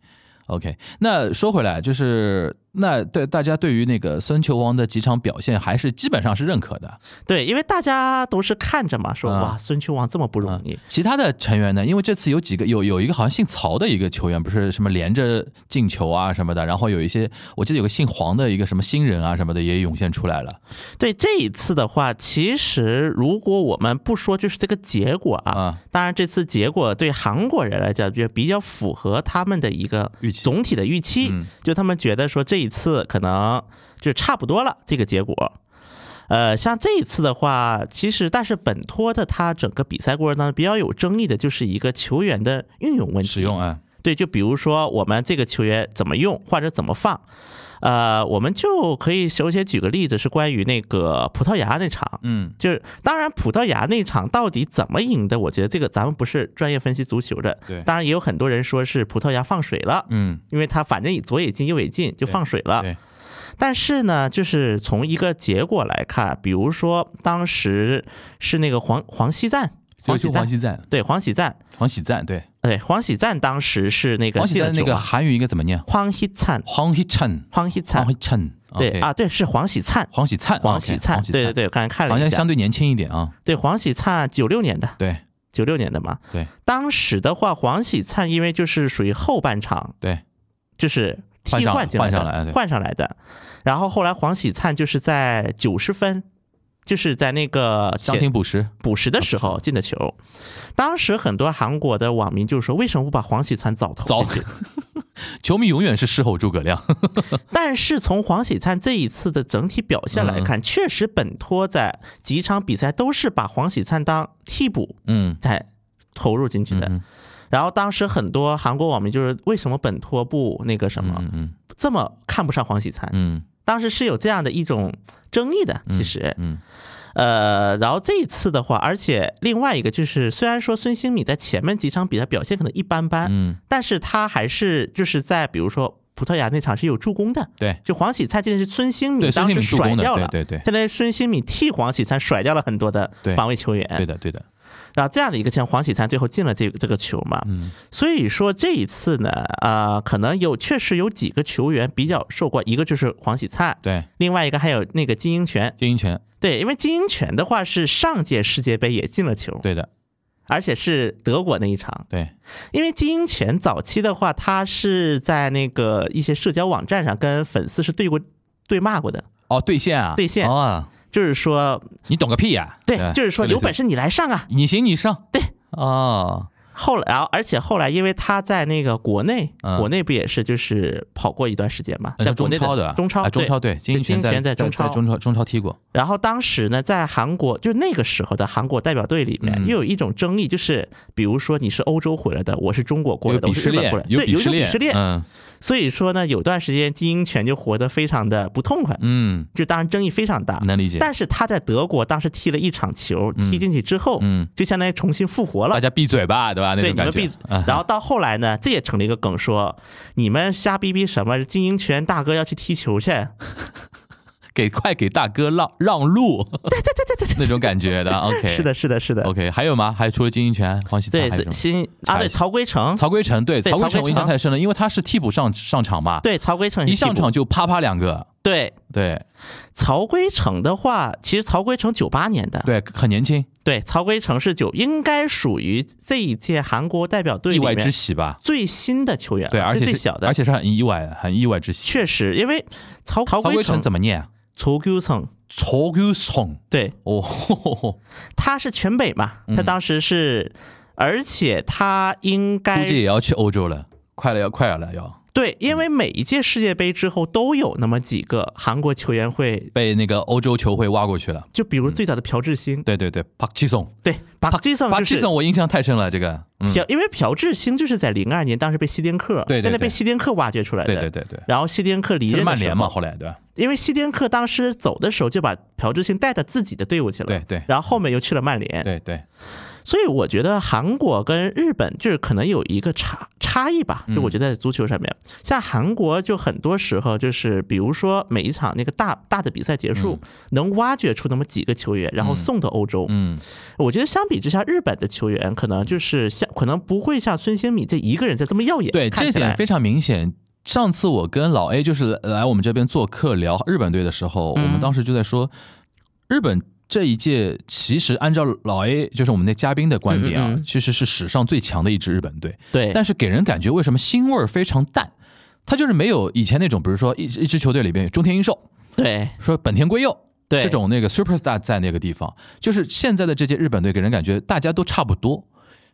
[SPEAKER 5] OK，那说回来，就是那对大家对于那个孙球王的几场表现，还是基本上是认可的。
[SPEAKER 6] 对，因为大家都是看着嘛，说
[SPEAKER 5] 嗯
[SPEAKER 6] 哇，孙秋王这么不容易
[SPEAKER 5] 嗯。其他的成员呢？因为这次有几个有有一个好像姓曹的一个球员，不是什么连着进球啊什么的，然后有一些我记得有个姓黄的一个什么新人啊什么的也涌现出来了。
[SPEAKER 6] 对这一次的话，其实如果我们不说就是这个结果
[SPEAKER 5] 啊
[SPEAKER 6] 啊，当然这次结果对韩国人来讲就比较符合他们的一个
[SPEAKER 5] 预期
[SPEAKER 6] 总体的预期
[SPEAKER 5] 嗯，
[SPEAKER 6] 就他们觉得说这一次可能就差不多了这个结果。呃，像这一次的话，其实但是本托的他整个比赛过程当中比较有争议的就是一个球员的运用问题，
[SPEAKER 5] 使用啊，
[SPEAKER 6] 对，就比如说我们这个球员怎么用或者怎么放，呃，我们就可以首先举个例子，是关于那个葡萄牙那场。
[SPEAKER 5] 嗯
[SPEAKER 6] 就是，当然，葡萄牙那场到底怎么赢的？我觉得这个咱们不是专业分析足球的。
[SPEAKER 5] 对
[SPEAKER 6] 当然也有很多人说是葡萄牙放水了，
[SPEAKER 5] 嗯，
[SPEAKER 6] 因为他反正左也进右也进，就
[SPEAKER 5] 对
[SPEAKER 6] 放水了。
[SPEAKER 5] 对，
[SPEAKER 6] 但是呢，就是从一个结果来看，比如说当时是那个黄黄喜赞，
[SPEAKER 5] 就
[SPEAKER 6] 黄
[SPEAKER 5] 是
[SPEAKER 6] 喜
[SPEAKER 5] 黄
[SPEAKER 6] 赞，
[SPEAKER 5] 喜赞，
[SPEAKER 6] 对黄喜赞，
[SPEAKER 5] 黄喜赞，对，
[SPEAKER 6] 对黄喜赞当时是那个啊
[SPEAKER 5] 黄喜赞
[SPEAKER 6] 进
[SPEAKER 5] 那
[SPEAKER 6] 球
[SPEAKER 5] 个
[SPEAKER 6] 嘛
[SPEAKER 5] 韩语应该怎么念？
[SPEAKER 6] 黄喜灿，
[SPEAKER 5] 黄喜灿，
[SPEAKER 6] 黄喜灿
[SPEAKER 5] 黄，喜灿，
[SPEAKER 6] 对
[SPEAKER 5] OK
[SPEAKER 6] 啊，，对，是黄喜灿，
[SPEAKER 5] 黄喜灿，
[SPEAKER 6] 黄
[SPEAKER 5] OK，
[SPEAKER 6] 喜灿，对对，对，我刚才看
[SPEAKER 5] 好
[SPEAKER 6] 了一
[SPEAKER 5] 像相
[SPEAKER 6] 下，
[SPEAKER 5] 对年轻一点啊，
[SPEAKER 6] 对，黄喜灿九六年的，
[SPEAKER 5] 对
[SPEAKER 6] 九六年的嘛。
[SPEAKER 5] 对
[SPEAKER 6] 当时的话，黄喜灿因为就是属于后半场，
[SPEAKER 5] 对，
[SPEAKER 6] 就是
[SPEAKER 5] 换
[SPEAKER 6] 替
[SPEAKER 5] 上
[SPEAKER 6] 换进来哎
[SPEAKER 5] 换上来对
[SPEAKER 6] 的，换上来的。然后后来黄喜灿就是在九十分，就是在那个
[SPEAKER 5] 伤
[SPEAKER 6] 前
[SPEAKER 5] 停补时，
[SPEAKER 6] 补时的时候进的球。当时很多韩国的网民就说，为什么不把黄喜灿早投？
[SPEAKER 5] 早 球迷永远是事后诸葛亮，
[SPEAKER 6] 但是从黄喜灿这一次的整体表现来看，嗯确实本托在几场比赛都是把黄喜灿当替补
[SPEAKER 5] 嗯
[SPEAKER 6] 在投入进去的。
[SPEAKER 5] 嗯
[SPEAKER 6] 然后当时很多韩国网民就是为什么本托不那个什么、
[SPEAKER 5] 嗯嗯
[SPEAKER 6] 这么看不上黄喜灿？
[SPEAKER 5] 嗯
[SPEAKER 6] 当时是有这样的一种争议的。其实，
[SPEAKER 5] 嗯
[SPEAKER 6] 呃，然后这一次的话，而且另外一个就是，虽然说孙兴慜在前面几场比赛表现可能一般般，
[SPEAKER 5] 嗯，
[SPEAKER 6] 但是他还是就是在比如说葡萄牙那场是有助攻的。
[SPEAKER 5] 对。
[SPEAKER 6] 就黄喜灿，这是孙兴
[SPEAKER 5] 对
[SPEAKER 6] 慜
[SPEAKER 5] 孙
[SPEAKER 6] 当
[SPEAKER 5] 兴
[SPEAKER 6] 时
[SPEAKER 5] 慜助
[SPEAKER 6] 甩
[SPEAKER 5] 攻的
[SPEAKER 6] 掉了，
[SPEAKER 5] 对对对
[SPEAKER 6] 现在孙兴慜替黄喜灿甩掉了很多的
[SPEAKER 5] 对
[SPEAKER 6] 防卫球员，
[SPEAKER 5] 对的，对的，
[SPEAKER 6] 然后这样的一个情况，黄喜灿最后进了这这个球嘛，
[SPEAKER 5] 嗯
[SPEAKER 6] 所以说这一次呢，呃，可能有确实有几个球员比较受过，一个就是黄喜灿，
[SPEAKER 5] 对，
[SPEAKER 6] 另外一个还有那个金英权，
[SPEAKER 5] 金英权，
[SPEAKER 6] 对，因为金英权的话是上届世界杯也进了球，
[SPEAKER 5] 对的，
[SPEAKER 6] 而且是德国那一场，
[SPEAKER 5] 对，
[SPEAKER 6] 因为金英权早期的话，他是在那个一些社交网站上跟粉丝是对过对骂过的，
[SPEAKER 5] 哦，兑现啊，
[SPEAKER 6] 兑现
[SPEAKER 5] 啊，
[SPEAKER 6] 就是说，
[SPEAKER 5] 你懂个屁呀、
[SPEAKER 6] 对，就是说有本
[SPEAKER 5] 事
[SPEAKER 6] 事你来上啊，
[SPEAKER 5] 你行你上，
[SPEAKER 6] 对
[SPEAKER 5] 啊、哦，
[SPEAKER 6] 后来，然后而且后来，因为他在那个国内，
[SPEAKER 5] 嗯
[SPEAKER 6] 国内不也是就是跑过一段时间嘛，
[SPEAKER 5] 呃
[SPEAKER 6] 在
[SPEAKER 5] 就
[SPEAKER 6] 国
[SPEAKER 5] 中
[SPEAKER 6] 内
[SPEAKER 5] 超
[SPEAKER 6] 的
[SPEAKER 5] 的
[SPEAKER 6] 中超
[SPEAKER 5] 哎中超对，金英
[SPEAKER 6] 金
[SPEAKER 5] 权
[SPEAKER 6] 权在
[SPEAKER 5] 中
[SPEAKER 6] 中
[SPEAKER 5] 在
[SPEAKER 6] 超
[SPEAKER 5] 中超中超踢过，
[SPEAKER 6] 然后当时呢，在韩国就那个时候的韩国代表队里面，
[SPEAKER 5] 嗯
[SPEAKER 6] 又有一种争议，就是比如说你是欧洲回来的，我是中国过来
[SPEAKER 5] 有
[SPEAKER 6] 的，我
[SPEAKER 5] 鄙
[SPEAKER 6] 是
[SPEAKER 5] 视
[SPEAKER 6] 日本
[SPEAKER 5] 链
[SPEAKER 6] 过来，的，
[SPEAKER 5] 有
[SPEAKER 6] 对，有一
[SPEAKER 5] 视
[SPEAKER 6] 种鄙
[SPEAKER 5] 链，
[SPEAKER 6] 视链。
[SPEAKER 5] 嗯
[SPEAKER 6] 所以说呢，有段时间金英权就活得非常的不痛快，
[SPEAKER 5] 嗯，
[SPEAKER 6] 就当然争议非常大。
[SPEAKER 5] 能理解。
[SPEAKER 6] 但是他在德国当时踢了一场球，踢进去之后，
[SPEAKER 5] 嗯嗯，
[SPEAKER 6] 就相当于重新复活了
[SPEAKER 5] 大。家闭嘴吧，对吧？那
[SPEAKER 6] 对，
[SPEAKER 5] 种
[SPEAKER 6] 你
[SPEAKER 5] 感
[SPEAKER 6] 们
[SPEAKER 5] 觉。
[SPEAKER 6] 闭嘴
[SPEAKER 5] 嗯。
[SPEAKER 6] 然后到后来呢，这也成了一个梗说，你们瞎逼逼什么？金英权大哥要去踢球去，
[SPEAKER 5] 给快给大哥让让路，对对对对对，那种感觉 的。OK，
[SPEAKER 6] 是的，是的，是的。
[SPEAKER 5] OK，还有吗？还有除了金英权、黄西灿
[SPEAKER 6] 对，
[SPEAKER 5] 哦还有
[SPEAKER 6] 是
[SPEAKER 5] 什么？
[SPEAKER 6] 新啊，对，曹圭成，
[SPEAKER 5] 曹圭成，对
[SPEAKER 6] 对
[SPEAKER 5] 曹圭
[SPEAKER 6] 曹圭
[SPEAKER 5] 成我印象
[SPEAKER 6] 成
[SPEAKER 5] 太深了，因为他是替补上上场嘛，，
[SPEAKER 6] 对，曹圭成
[SPEAKER 5] 一
[SPEAKER 6] 是替
[SPEAKER 5] 上
[SPEAKER 6] 补啊
[SPEAKER 5] 场就啪啪两个，
[SPEAKER 6] 对
[SPEAKER 5] 对
[SPEAKER 6] 曹圭成的话，其实曹圭成九八年的，
[SPEAKER 5] 对，很年轻，
[SPEAKER 6] 对，曹圭成是九，应该属于这一届韩国代表队
[SPEAKER 5] 意
[SPEAKER 6] 里
[SPEAKER 5] 外之
[SPEAKER 6] 面
[SPEAKER 5] 喜吧？
[SPEAKER 6] 最新的球员了，
[SPEAKER 5] 对，而
[SPEAKER 6] 是
[SPEAKER 5] 且
[SPEAKER 6] 最
[SPEAKER 5] 是
[SPEAKER 6] 小的，
[SPEAKER 5] 而且是很意外，很意外之喜。
[SPEAKER 6] 确实，因为曹曹
[SPEAKER 5] 曹圭
[SPEAKER 6] 圭
[SPEAKER 5] 成
[SPEAKER 6] 成
[SPEAKER 5] 怎
[SPEAKER 6] 么
[SPEAKER 5] 么念啊？
[SPEAKER 6] 曹圭成？
[SPEAKER 5] 曹圭成
[SPEAKER 6] 对，
[SPEAKER 5] 哦，
[SPEAKER 6] 他是全北嘛，
[SPEAKER 5] 嗯
[SPEAKER 6] 他当时是，而且他应
[SPEAKER 5] 估计也
[SPEAKER 6] 该
[SPEAKER 5] 要去欧洲了，快了要快了要
[SPEAKER 6] 对，因为每一届世界杯之后都有那么几个韩国球员会，
[SPEAKER 5] 被那个欧洲球会挖过去了。
[SPEAKER 6] 就比如最早的朴智星，
[SPEAKER 5] 对对对，帕奇松，
[SPEAKER 6] 对，把基
[SPEAKER 5] 帕
[SPEAKER 6] 就
[SPEAKER 5] 奇
[SPEAKER 6] 是
[SPEAKER 5] 松，我印象太深了，这个，嗯，
[SPEAKER 6] 朴，因为朴智星就是在零二年当时被希丁克，
[SPEAKER 5] 对对对
[SPEAKER 6] 现在被希丁克挖掘出来的，
[SPEAKER 5] 对对对对，
[SPEAKER 6] 然后希丁克离
[SPEAKER 5] 是
[SPEAKER 6] 任的
[SPEAKER 5] 曼
[SPEAKER 6] 时
[SPEAKER 5] 联
[SPEAKER 6] 候
[SPEAKER 5] 嘛，后来对吧？
[SPEAKER 6] 因为希丁克当时走的时候就把朴智星带到自己的队伍去了，
[SPEAKER 5] 对对
[SPEAKER 6] 然后后面又去了曼联，
[SPEAKER 5] 对对，
[SPEAKER 6] 所以我觉得韩国跟日本就是可能有一个差差异吧，就我
[SPEAKER 5] 嗯
[SPEAKER 6] 觉得在足球上面，像韩国就很多时候就是，比如说每一场那个大大的比赛结束，能挖掘出那么几个球员，然后送到欧洲。
[SPEAKER 5] 嗯，
[SPEAKER 6] 我觉得相比之下，日本的球员可能就是像可能不会像孙兴敏这一个人在这么耀眼，
[SPEAKER 5] 对，
[SPEAKER 6] 看
[SPEAKER 5] 这
[SPEAKER 6] 起
[SPEAKER 5] 点
[SPEAKER 6] 来
[SPEAKER 5] 非常明显。上次我跟老 A 就是来来我们这边做客聊日本队的时候，
[SPEAKER 6] 嗯
[SPEAKER 5] 我们当时就在说，日本这一届其实按照老 A 就是我们的嘉宾的观点
[SPEAKER 6] 嗯嗯
[SPEAKER 5] 啊
[SPEAKER 6] 嗯，
[SPEAKER 5] 其实是史上最强的一支日本队，
[SPEAKER 6] 对，
[SPEAKER 5] 但是给人感觉为什么腥味儿非常淡？他就是没有以前那种，比如说一支一支球队里边有中田英寿，
[SPEAKER 6] 对
[SPEAKER 5] 说本田圭佑。
[SPEAKER 6] 对
[SPEAKER 5] 这种那个 superstar 在那个地方，就是现在的这届日本队给人感觉大家都差不多，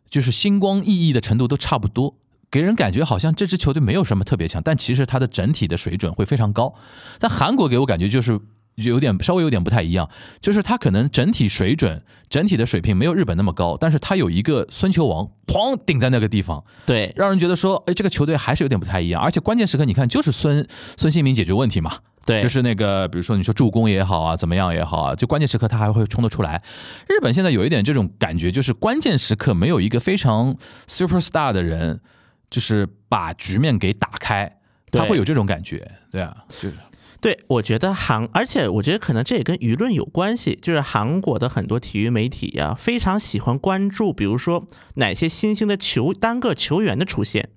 [SPEAKER 5] 就是星光熠熠的程度都差不多，给人感觉好像这支球队没有什么特别强，但其实它的整体的水准会非常高。但韩国给我感觉就是有点稍微有点不太一样，就是它可能整体水准、整体的水平没有日本那么高，但是它有一个孙球王哐顶在那个地方，
[SPEAKER 6] 对
[SPEAKER 5] 让人觉得说，哎，这个球队还是有点不太一样。而且关键时刻，你看，就是孙孙兴民解决问题嘛，
[SPEAKER 6] 对，
[SPEAKER 5] 就是那个，比如说你说助攻也好啊，怎么样也好啊，就关键时刻他还会冲得出来。日本现在有一点这种感觉，就是关键时刻没有一个非常 super star 的人，就是把局面给打开，他
[SPEAKER 6] 对
[SPEAKER 5] 会有这种感觉，对啊，就是
[SPEAKER 6] 对，我觉得韩，而且我觉得可能这也跟舆论有关系，就是韩国的很多体育媒体呀、非常喜欢关注，比如说哪些新兴的球单个球员的出现，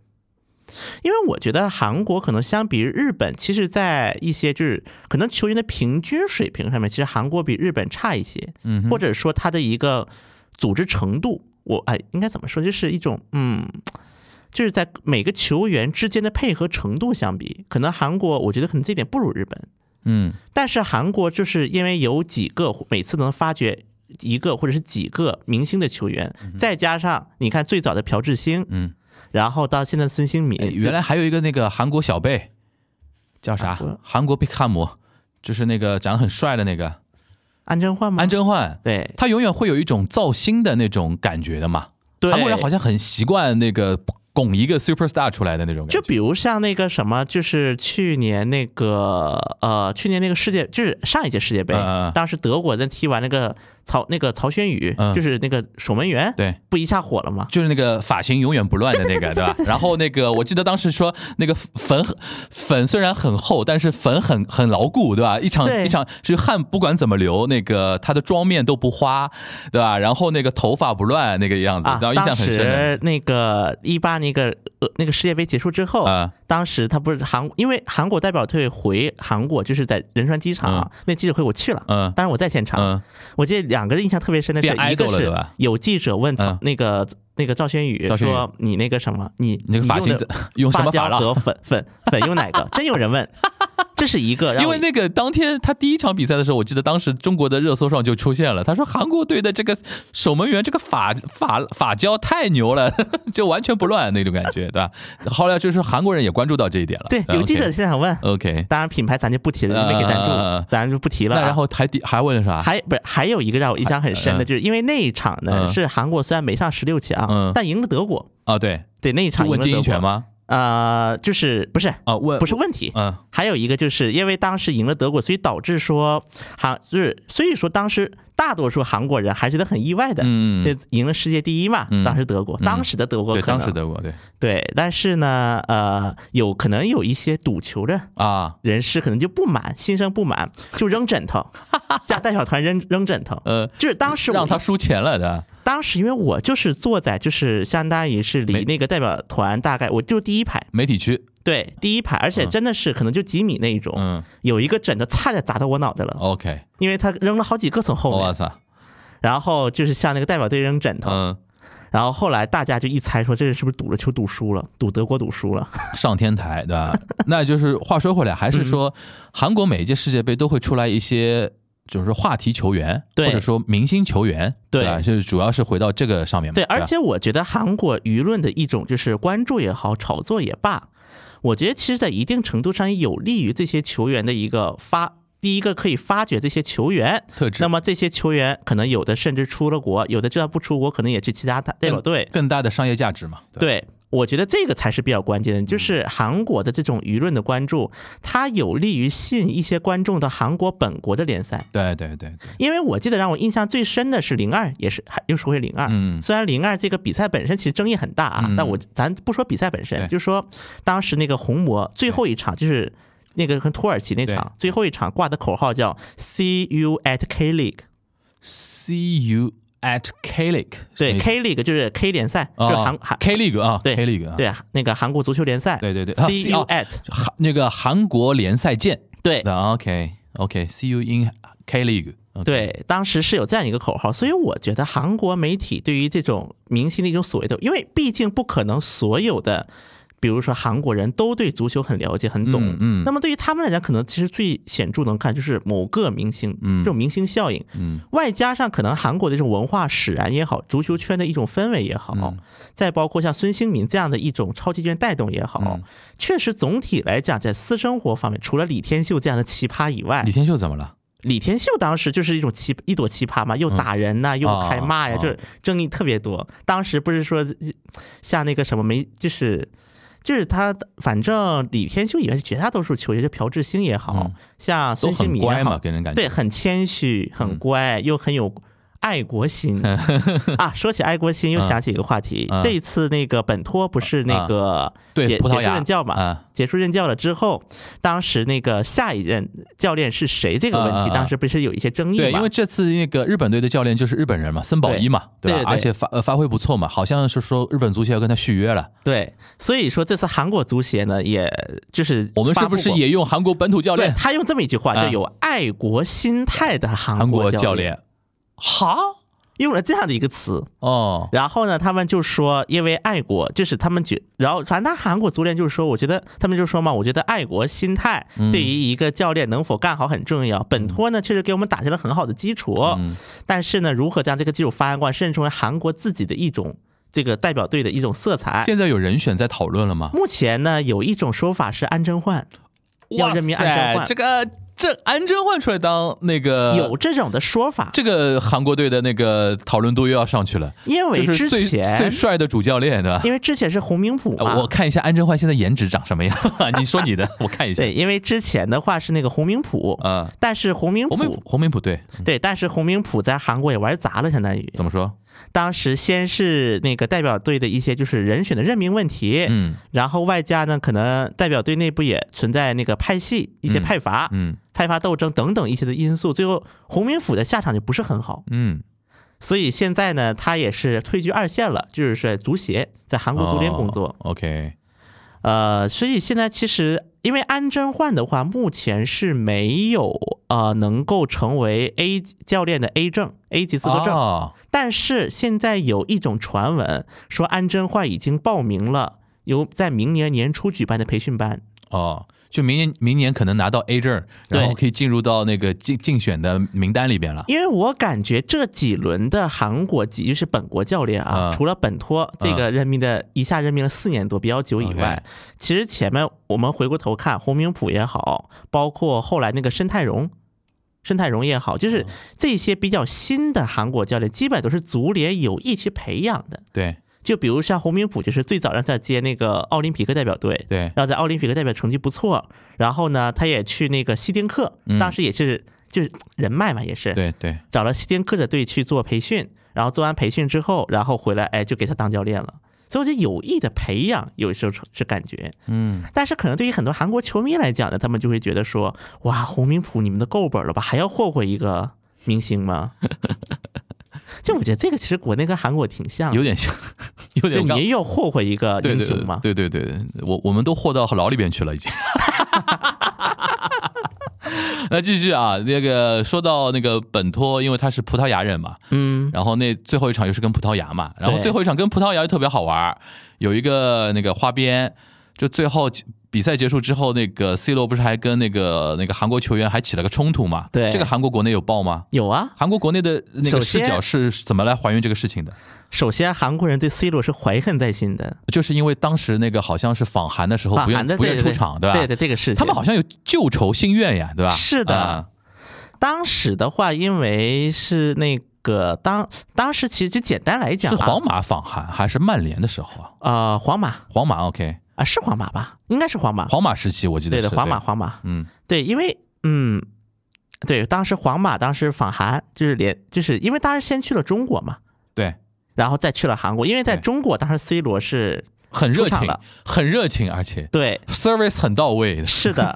[SPEAKER 6] 因为我觉得韩国可能相比于日本，其实，在一些就是可能球员的平均水平上面，其实韩国比日本差一些，嗯，或者说他的一个组织程度，我哎，应该怎么说，就是一种嗯。就是在每个球员之间的配合程度相比，可能韩国我觉得可能这点不如日本，
[SPEAKER 5] 嗯，
[SPEAKER 6] 但是韩国就是因为有几个每次能发掘一个或者是几个明星的球员，再加上你看最早的朴智星，
[SPEAKER 5] 嗯，
[SPEAKER 6] 然后到现在孙兴
[SPEAKER 5] 哎
[SPEAKER 6] 敏，
[SPEAKER 5] 原来还有一个那个韩国小贝，叫啥
[SPEAKER 6] 韩国？
[SPEAKER 5] 韩国贝克汉姆，就是那个长得很帅的那个
[SPEAKER 6] 安贞焕吗？
[SPEAKER 5] 安贞焕，
[SPEAKER 6] 对
[SPEAKER 5] 他永远会有一种造星的那种感觉的嘛。
[SPEAKER 6] 对，
[SPEAKER 5] 韩国人好像很习惯那个拱一个 super star 出来的那种感
[SPEAKER 6] 就
[SPEAKER 5] 觉。
[SPEAKER 6] 比如像那个什么，就是去年那个呃，去年那个世界，就是上一届世界杯，
[SPEAKER 5] 嗯嗯嗯
[SPEAKER 6] 当时德国在踢完那个曹那个曹轩宇，
[SPEAKER 5] 嗯
[SPEAKER 6] 就是那个守门员，
[SPEAKER 5] 对，
[SPEAKER 6] 不一下火了吗？
[SPEAKER 5] 就是那个发型永远不乱的那 个，对吧？然后那个我记得当时说，那个粉很粉虽然很厚，但是粉很很牢固，对吧？一场
[SPEAKER 6] 对
[SPEAKER 5] 一场是汗不管怎么流，那个他的妆面都不花，对吧？然后那个头发不乱那个样子，
[SPEAKER 6] 啊，
[SPEAKER 5] 然后印象
[SPEAKER 6] 当
[SPEAKER 5] 很深的。
[SPEAKER 6] 时那个一八那个呃那个世界杯结束之后，
[SPEAKER 5] 啊
[SPEAKER 6] 当时他不是韩，因为韩国代表队回韩国就是在仁川机场、
[SPEAKER 5] 嗯
[SPEAKER 6] 那记者会我去了，
[SPEAKER 5] 嗯
[SPEAKER 6] 当然我在现场，
[SPEAKER 5] 嗯
[SPEAKER 6] 我记得两个人印象特别深的是，
[SPEAKER 5] 变
[SPEAKER 6] 一
[SPEAKER 5] idol
[SPEAKER 6] 个
[SPEAKER 5] 了对
[SPEAKER 6] 是
[SPEAKER 5] 吧
[SPEAKER 6] 有记者问曹、
[SPEAKER 5] 嗯
[SPEAKER 6] 那个那个赵轩宇
[SPEAKER 5] 赵轩宇
[SPEAKER 6] 说你那个什么你
[SPEAKER 5] 你那个发型
[SPEAKER 6] 用
[SPEAKER 5] 怎
[SPEAKER 6] 的
[SPEAKER 5] 用什么
[SPEAKER 6] 发
[SPEAKER 5] 发
[SPEAKER 6] 胶
[SPEAKER 5] 蜡
[SPEAKER 6] 和粉粉粉用哪个？真有人问，这是一个让
[SPEAKER 5] 因
[SPEAKER 6] 我，
[SPEAKER 5] 为那个当天他第一场比赛的时候，我记得当时中国的热搜上就出现了，他说韩国队的这个守门员这个法法法交太牛了， 就完全不乱那种感觉，对吧？后来就是韩国人也关注到这一点了。
[SPEAKER 6] 对有记者现场问，
[SPEAKER 5] OK，
[SPEAKER 6] 当然品牌咱就不提了，因为没给赞
[SPEAKER 5] 呃
[SPEAKER 6] 助，咱就不提了啊。
[SPEAKER 5] 那然后还第还问了啥？
[SPEAKER 6] 还不是还有一个让我印象很深的，
[SPEAKER 5] 嗯
[SPEAKER 6] 就是因为那一场呢
[SPEAKER 5] 嗯
[SPEAKER 6] 是韩国虽然没上十六
[SPEAKER 5] 嗯
[SPEAKER 6] 强，但赢了德国。
[SPEAKER 5] 啊，对，
[SPEAKER 6] 对那一场
[SPEAKER 5] 就
[SPEAKER 6] 赢
[SPEAKER 5] 问
[SPEAKER 6] 了
[SPEAKER 5] 金
[SPEAKER 6] 德
[SPEAKER 5] 英权
[SPEAKER 6] 国。
[SPEAKER 5] 吗？
[SPEAKER 6] 呃，就是不是
[SPEAKER 5] 啊，问
[SPEAKER 6] 不是问题，
[SPEAKER 5] 嗯
[SPEAKER 6] 还有一个就是因为当时赢了德国，所以导致说韩就是所以说当时大多数韩国人还觉得很意外的。
[SPEAKER 5] 嗯，
[SPEAKER 6] 这赢了世界第一嘛
[SPEAKER 5] 嗯？
[SPEAKER 6] 当时德国，
[SPEAKER 5] 嗯
[SPEAKER 6] 当时的德国
[SPEAKER 5] 对，
[SPEAKER 6] 可
[SPEAKER 5] 当时
[SPEAKER 6] 能
[SPEAKER 5] 德国对
[SPEAKER 6] 对，但是呢，呃，有可能有一些赌球的
[SPEAKER 5] 啊，
[SPEAKER 6] 人士可能就不满，心生不满，就扔枕头， 加带小团扔扔枕头，
[SPEAKER 5] 呃，
[SPEAKER 6] 就是当时我
[SPEAKER 5] 让他输钱了的，
[SPEAKER 6] 当时因为我就是坐在就是相当于是
[SPEAKER 5] 没
[SPEAKER 6] 离那个代表团大概我就第一排，
[SPEAKER 5] 媒体区，
[SPEAKER 6] 对第一排，而且真的是可能就几米那一种，
[SPEAKER 5] 嗯哦
[SPEAKER 6] 有一个枕头差点砸到我脑袋了，
[SPEAKER 5] ，OK，
[SPEAKER 6] 因为他扔了好几个从后
[SPEAKER 5] 我
[SPEAKER 6] 面，
[SPEAKER 5] 操，
[SPEAKER 6] 然后就是向那个代表队扔枕头，
[SPEAKER 5] 嗯，
[SPEAKER 6] 然后后来大家就一猜说这人是不是赌了球赌输了，赌德国赌输了，
[SPEAKER 5] 上天台，对 吧？那就是话说回来，还是说
[SPEAKER 6] 嗯
[SPEAKER 5] 韩国每一届世界杯都会出来一些。就是话题球员，
[SPEAKER 6] 对
[SPEAKER 5] 或者说明星球员，
[SPEAKER 6] 对
[SPEAKER 5] 吧？就是主要是回到这个上面嘛。
[SPEAKER 6] 对，
[SPEAKER 5] 吧
[SPEAKER 6] 而且我觉得韩国舆论的一种就是关注也好，炒作也罢，我觉得其实在一定程度上也有利于这些球员的一个发。第一个可以发掘这些球员
[SPEAKER 5] 特质
[SPEAKER 6] 那么这些球员可能有的甚至出了国，有的就算不出国，可能也去其他
[SPEAKER 5] 嗯
[SPEAKER 6] 代代表队。
[SPEAKER 5] 更大的商嗯业价值嘛。吧，
[SPEAKER 6] 对，我觉得这个才是比较关键的，就是韩国的这种舆论的关注，它有利于吸引一些观众到韩国本国的联赛。
[SPEAKER 5] 对对对对，
[SPEAKER 6] 因为我记得让我印象最深的是零二，也是还又说回零二。
[SPEAKER 5] 嗯
[SPEAKER 6] 虽然零二这个比赛本身其实争议很大啊，
[SPEAKER 5] 嗯
[SPEAKER 6] 但我咱不说比赛本
[SPEAKER 5] 对
[SPEAKER 6] 身，就说当时那个红魔最后一场就是那个跟土耳其那场最后一场挂的口号叫 “See you at K League”。
[SPEAKER 5] ，See you at K League，哦
[SPEAKER 6] 对 K League 就是 K 联赛，就是韩韩
[SPEAKER 5] K League 啊，
[SPEAKER 6] 对
[SPEAKER 5] K League 啊，
[SPEAKER 6] 对那个韩国足球联赛。
[SPEAKER 5] 对对对啊
[SPEAKER 6] ，See you
[SPEAKER 5] 哦
[SPEAKER 6] at
[SPEAKER 5] 韩那个韩国联赛见。
[SPEAKER 6] 对
[SPEAKER 5] OK OK，See you in K League。
[SPEAKER 6] 对，当时是有这样一个口号，所以我觉得韩国媒体对于这种明星的一种所谓的，因为毕竟不可能所有的，比如说韩国人都对足球很了解、很懂。
[SPEAKER 5] 嗯嗯
[SPEAKER 6] 那么对于他们来讲，可能其实最显著能看就是某个明星，
[SPEAKER 5] 嗯
[SPEAKER 6] 这种明星效应。
[SPEAKER 5] 嗯，
[SPEAKER 6] 外加上可能韩国的这种文化使然也好，足球圈的一种氛围也好，
[SPEAKER 5] 嗯
[SPEAKER 6] 再包括像孙兴民这样的一种超级巨人带动也好，
[SPEAKER 5] 嗯
[SPEAKER 6] 确实总体来讲，在私生活方面，除了李天秀这样的奇葩以外
[SPEAKER 5] 李，天秀怎么了？
[SPEAKER 6] 李天秀当时就是一种奇一朵奇葩嘛，又打人呐、又开骂呀，
[SPEAKER 5] 啊
[SPEAKER 6] 就是争议特别多。当时不是说像那个什么没，就是就是他，反正李天秀以外，绝大多数球员，就朴智星也好、
[SPEAKER 5] 嗯
[SPEAKER 6] 像
[SPEAKER 5] 都
[SPEAKER 6] 孙兴
[SPEAKER 5] 很
[SPEAKER 6] 民也好
[SPEAKER 5] 乖嘛，给人感觉。
[SPEAKER 6] 对，很谦虚，很乖，又很有爱国心 啊。说起爱国心，又想起一个话题，
[SPEAKER 5] 嗯
[SPEAKER 6] 这一次那个本托不是那个
[SPEAKER 5] 对
[SPEAKER 6] 结
[SPEAKER 5] 葡萄
[SPEAKER 6] 结束
[SPEAKER 5] 牙
[SPEAKER 6] 任教嘛，
[SPEAKER 5] 啊
[SPEAKER 6] 结束任教了之后，当时那个下一任教练是谁这个
[SPEAKER 5] 嗯
[SPEAKER 6] 问
[SPEAKER 5] 嗯
[SPEAKER 6] 题，
[SPEAKER 5] 嗯
[SPEAKER 6] 当时不是有一些争议
[SPEAKER 5] 对，
[SPEAKER 6] 嘛
[SPEAKER 5] 因为？这次那个日本队的教练就是日本人嘛，森保一嘛，
[SPEAKER 6] 对
[SPEAKER 5] 吧？
[SPEAKER 6] 对对
[SPEAKER 5] 而且发呃发挥不错嘛，好像是说日本足协要跟他续约了。
[SPEAKER 6] 对，所以说这次韩国足协呢，也就是
[SPEAKER 5] 我们是不
[SPEAKER 6] 发
[SPEAKER 5] 是
[SPEAKER 6] 布过
[SPEAKER 5] 也用韩国本土教
[SPEAKER 6] 对
[SPEAKER 5] 练？
[SPEAKER 6] 他用这么一句话，就
[SPEAKER 5] 嗯
[SPEAKER 6] 有爱国心态的韩
[SPEAKER 5] 韩国
[SPEAKER 6] 教
[SPEAKER 5] 教，练？哈？
[SPEAKER 6] 用了这样的一个词。
[SPEAKER 5] 哦，
[SPEAKER 6] 然后呢，他们就说，因为爱国，就是他们觉，然后反正他韩国足联就是说，我觉得他们就说嘛，我觉得爱国心态
[SPEAKER 5] 嗯
[SPEAKER 6] 对于一个教练能否干好很重要。本托呢，确实给我们打下了很好的基础，
[SPEAKER 5] 嗯
[SPEAKER 6] 但是呢，如何将这个基础发扬光大，甚至成为韩国自己的一种这个代表队的一种色彩。
[SPEAKER 5] 现在有人选在讨论了吗？
[SPEAKER 6] 目前呢，有一种说法是安贞焕，要
[SPEAKER 5] 哇
[SPEAKER 6] 人民哎安贞
[SPEAKER 5] 塞，
[SPEAKER 6] 焕
[SPEAKER 5] 哎这个这安贞焕出来当那个
[SPEAKER 6] 有这种的说法，
[SPEAKER 5] 这个韩国队的那个讨论度又要上去了，
[SPEAKER 6] 因为
[SPEAKER 5] 就是
[SPEAKER 6] 之
[SPEAKER 5] 最最
[SPEAKER 6] 前，
[SPEAKER 5] 帅的主教练，对吧？
[SPEAKER 6] 因为啊之前是洪明甫嘛
[SPEAKER 5] 呃，我看一下安贞焕现在颜值长什么样， 你说你的，我看一下。
[SPEAKER 6] 对，因为之前的话是那个洪明甫，
[SPEAKER 5] 嗯，
[SPEAKER 6] 但是洪明
[SPEAKER 5] 洪明
[SPEAKER 6] 甫
[SPEAKER 5] 普，嗯洪明普对，
[SPEAKER 6] 对，但是洪明甫在韩国也玩砸了，相当于
[SPEAKER 5] 怎么说？
[SPEAKER 6] 当时先是那个代表队的一些就是人选的任命问题，
[SPEAKER 5] 嗯
[SPEAKER 6] 然后外加呢可能代表队内部也存在那个派系、一些
[SPEAKER 5] 嗯
[SPEAKER 6] 派阀、
[SPEAKER 5] 嗯
[SPEAKER 6] 派阀斗争等等一些的因素，最后洪明甫的下场就不是很好，
[SPEAKER 5] 嗯，
[SPEAKER 6] 所以现在呢他也是退居二线了，就是在足协在韩国足联工作，
[SPEAKER 5] 哦 OK，
[SPEAKER 6] 呃，所以现在其实因为安贞焕的话，目前是没有呃能够成为 A 教练的 A 证 A 级资格证，
[SPEAKER 5] 哦
[SPEAKER 6] 但是现在有一种传闻说安贞焕已经报名了，由在明年年初举办的培训班。
[SPEAKER 5] 哦，就明年明年可能拿到 A 证，然后
[SPEAKER 6] 对
[SPEAKER 5] 可以进入到那个竞竞选的名单里边了。
[SPEAKER 6] 因为我感觉这几轮的韩国籍就是本国教练啊，
[SPEAKER 5] 嗯
[SPEAKER 6] 除了本托这
[SPEAKER 5] 啊
[SPEAKER 6] 个任命的一下任命了四年多，比较久以外，其实前面我们回过头看洪明普也好，包括后来那个申泰荣。申泰荣也好，
[SPEAKER 5] 啊
[SPEAKER 6] 就是这些比较新的韩国教练，基本都是足联有意去培养的。
[SPEAKER 5] 对
[SPEAKER 6] 就比如像洪明普，就是最早让他接那个奥林匹克代表队，
[SPEAKER 5] 对，
[SPEAKER 6] 然后在奥林匹克代表成绩不错，然后呢，他也去那个西丁克，
[SPEAKER 5] 嗯
[SPEAKER 6] 当时也是就是人脉嘛，也是
[SPEAKER 5] 对对，
[SPEAKER 6] 找了西丁克的队去做培训，然后做完培训之后，然后回来，哎，就给他当教练了。所以我觉得有意的培养，有时候是感觉，
[SPEAKER 5] 嗯，
[SPEAKER 6] 但是可能对于很多韩国球迷来讲呢，他们就会觉得说，哇，洪明普你们都够本了吧，还要霍霍一个明 星吗？就我觉得这个其实国内跟韩国挺像的，
[SPEAKER 5] 有点像， 有点
[SPEAKER 6] 就
[SPEAKER 5] 我刚
[SPEAKER 6] 嗯你也有霍霍一个
[SPEAKER 5] 对
[SPEAKER 6] 英
[SPEAKER 5] 对
[SPEAKER 6] 雄嘛，
[SPEAKER 5] 对对对对，我我们都豁到牢里边去了已经。 那继续啊，那个说到那个本托，因为他是葡萄牙人嘛，
[SPEAKER 6] 嗯，
[SPEAKER 5] 然后那最后一场又是跟葡萄牙嘛，然后
[SPEAKER 6] 对
[SPEAKER 5] 最后一场跟葡萄牙又特别好玩儿，有一个那个花边，就最后比赛结束之后，那个 C 罗不是还跟那个那个韩国球员还起了个冲突嘛？
[SPEAKER 6] 对
[SPEAKER 5] 这个韩国国内有报吗？
[SPEAKER 6] 有啊，
[SPEAKER 5] 韩国国内的那个
[SPEAKER 6] 首
[SPEAKER 5] 视
[SPEAKER 6] 先
[SPEAKER 5] 角是怎么来还原这个事情的？
[SPEAKER 6] 首先，韩国人对 C 罗是怀恨在心的，
[SPEAKER 5] 就是因为当时那个好像是访韩的时候
[SPEAKER 6] 法
[SPEAKER 5] 哦不
[SPEAKER 6] 韩
[SPEAKER 5] 愿
[SPEAKER 6] 的
[SPEAKER 5] 不
[SPEAKER 6] 对
[SPEAKER 5] 愿
[SPEAKER 6] 对
[SPEAKER 5] 出
[SPEAKER 6] 对
[SPEAKER 5] 场，吧？
[SPEAKER 6] 对的，这个事情，
[SPEAKER 5] 他们好像有旧仇新怨呀，对吧？
[SPEAKER 6] 是的
[SPEAKER 5] 啊
[SPEAKER 6] 当时的话，因为是那个当当时其实就简单来讲、
[SPEAKER 5] 是
[SPEAKER 6] 啊，
[SPEAKER 5] 皇马访韩还是曼联的时候啊？
[SPEAKER 6] 呃皇马
[SPEAKER 5] 皇马 OK，
[SPEAKER 6] 啊是皇马吧？应该是皇马，
[SPEAKER 5] 皇马时期我记得
[SPEAKER 6] 对
[SPEAKER 5] 是
[SPEAKER 6] 的皇马皇马
[SPEAKER 5] 嗯
[SPEAKER 6] 对，因为嗯对，当时皇马当时访韩就是连就是因为当时先去了中国嘛，
[SPEAKER 5] 对，
[SPEAKER 6] 然后再去了韩国，因为在
[SPEAKER 5] 对
[SPEAKER 6] 中国当时 C 罗是
[SPEAKER 5] 很热
[SPEAKER 6] 出场
[SPEAKER 5] 情
[SPEAKER 6] 了，
[SPEAKER 5] 很热情，而且
[SPEAKER 6] 对
[SPEAKER 5] service 很到位的。
[SPEAKER 6] 是 的，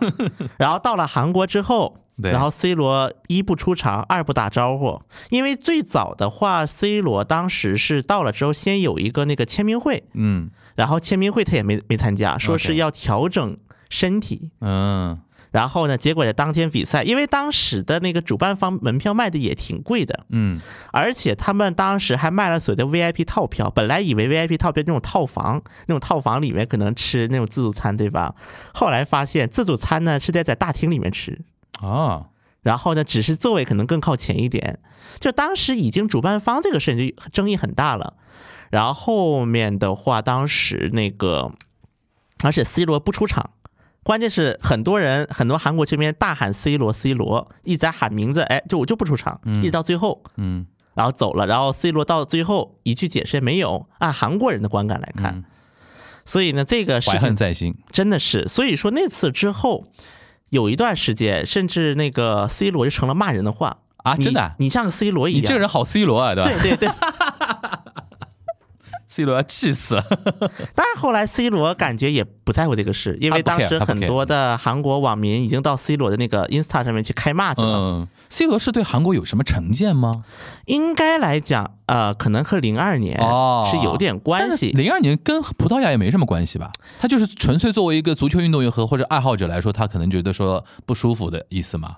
[SPEAKER 6] 然后到了韩国之后，
[SPEAKER 5] 对
[SPEAKER 6] 然后 C 罗一不出场，二不打招呼，因为最早的话，C 罗当时是到了之后先有一个那个签名会，
[SPEAKER 5] 嗯
[SPEAKER 6] 然后签名会他也没没参加，说
[SPEAKER 5] OK
[SPEAKER 6] 是要调整身体。
[SPEAKER 5] 嗯，
[SPEAKER 6] 然后呢，结果在当天比赛，因为当时的那个主办方门票卖的也挺贵的，
[SPEAKER 5] 嗯，
[SPEAKER 6] 而且他们当时还卖了所谓的 VIP 套票。本来以为 VIP 套票那种套房，那种套房里面可能吃那种自助餐，对吧？后来发现自助餐呢是在在大厅里面吃，哦
[SPEAKER 5] 啊，
[SPEAKER 6] 然后呢，只是座位可能更靠前一点。就当时已经主办方这个事情就争议很大了，然后后面的话，当时那个，而且 C 罗不出场。关键是很多人，很多韩国这边大喊 “C 罗，C 罗”，一直在喊名字，哎，就我就不出场，一直到最后，
[SPEAKER 5] 嗯
[SPEAKER 6] 然后走了，然后 C 罗到最后一句解释也没有。按韩国人的观感来看，
[SPEAKER 5] 嗯
[SPEAKER 6] 所以呢，这个事
[SPEAKER 5] 怀
[SPEAKER 6] 情
[SPEAKER 5] 恨在心。
[SPEAKER 6] 真的是，所以说那次之后，有一段时间，甚至那个 C 罗就成了骂人的话
[SPEAKER 5] 啊
[SPEAKER 6] 你
[SPEAKER 5] 真的啊
[SPEAKER 6] 你像 C 罗一
[SPEAKER 5] 你
[SPEAKER 6] 样，
[SPEAKER 5] 这个人好 C 罗啊，对吧
[SPEAKER 6] 对对对。
[SPEAKER 5] c 罗要气死 了。
[SPEAKER 6] 当然后来 C 罗感觉也不在乎这个事，因为
[SPEAKER 5] 啊他不
[SPEAKER 6] 当
[SPEAKER 5] care，
[SPEAKER 6] 时
[SPEAKER 5] 他不
[SPEAKER 6] 很
[SPEAKER 5] care
[SPEAKER 6] 多的韩国网民已经到 C 罗的那个 Insta 上面去开骂去了。
[SPEAKER 5] 嗯，C 罗是对韩国有什么成见吗？
[SPEAKER 6] 应该来讲，呃，可能和零二年
[SPEAKER 5] 哦
[SPEAKER 6] 是有点关系。
[SPEAKER 5] 零二年跟葡萄牙也没什么关系吧？他就是纯粹作为一个足球运动员和或者爱好者来说，他可能觉得说不舒服的意思嘛。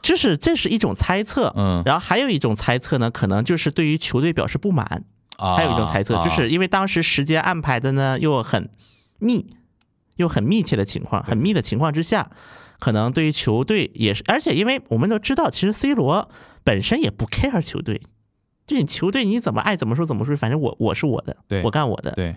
[SPEAKER 6] 就是这是一种猜测，
[SPEAKER 5] 嗯
[SPEAKER 6] 然后还有一种猜测呢，可能就是对于球队表示不满，
[SPEAKER 5] 啊，
[SPEAKER 6] 还有一种猜测，
[SPEAKER 5] 啊
[SPEAKER 6] 就是因为当时时间安排的呢又很密，又很密切的情况，很密的情况之下，可能对于球队也是，而且因为我们都知道，其实 C 罗本身也不 care 球队，就你球队你怎么爱怎么说怎么说，反正我我是我的
[SPEAKER 5] 对，
[SPEAKER 6] 我干我的。
[SPEAKER 5] 对，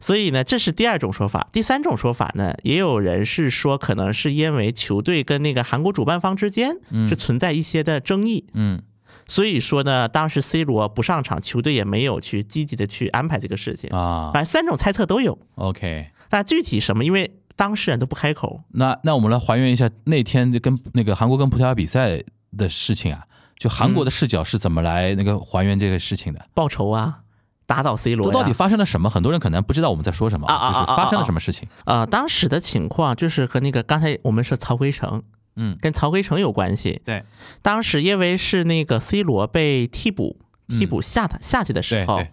[SPEAKER 6] 所以呢，这是第二种说法。第三种说法呢，也有人是说，可能是因为球队跟那个韩国主办方之间是存在一些的争议，
[SPEAKER 5] 嗯
[SPEAKER 6] 所以说呢，当时 C 罗不上场，球队也没有去积极的去安排这个事情。
[SPEAKER 5] 啊
[SPEAKER 6] 反正三种猜测都有，
[SPEAKER 5] ，OK。
[SPEAKER 6] 但具体什么，因为当事人都不开口。
[SPEAKER 5] 那那我们来还原一下那天就跟那个韩国跟葡萄牙比赛的事情啊，就韩
[SPEAKER 6] 嗯
[SPEAKER 5] 国的视角是怎么来那个还原这个事情的？
[SPEAKER 6] 报仇啊，打倒 C 罗
[SPEAKER 5] 这
[SPEAKER 6] 呀
[SPEAKER 5] 到底发生了什么？很多人可能不知道我们在说什么，
[SPEAKER 6] 啊啊
[SPEAKER 5] 就
[SPEAKER 6] 啊
[SPEAKER 5] 是
[SPEAKER 6] 啊
[SPEAKER 5] 发生了什么事情。
[SPEAKER 6] 呃，当时的情况就是和那个刚才我们说曹圭成，
[SPEAKER 5] 嗯，
[SPEAKER 6] 跟曹圭成有关系。
[SPEAKER 5] 对，
[SPEAKER 6] 当时因为是那个 C 罗被替补替补下的下去的时
[SPEAKER 5] 对
[SPEAKER 6] 候
[SPEAKER 5] 嗯对，，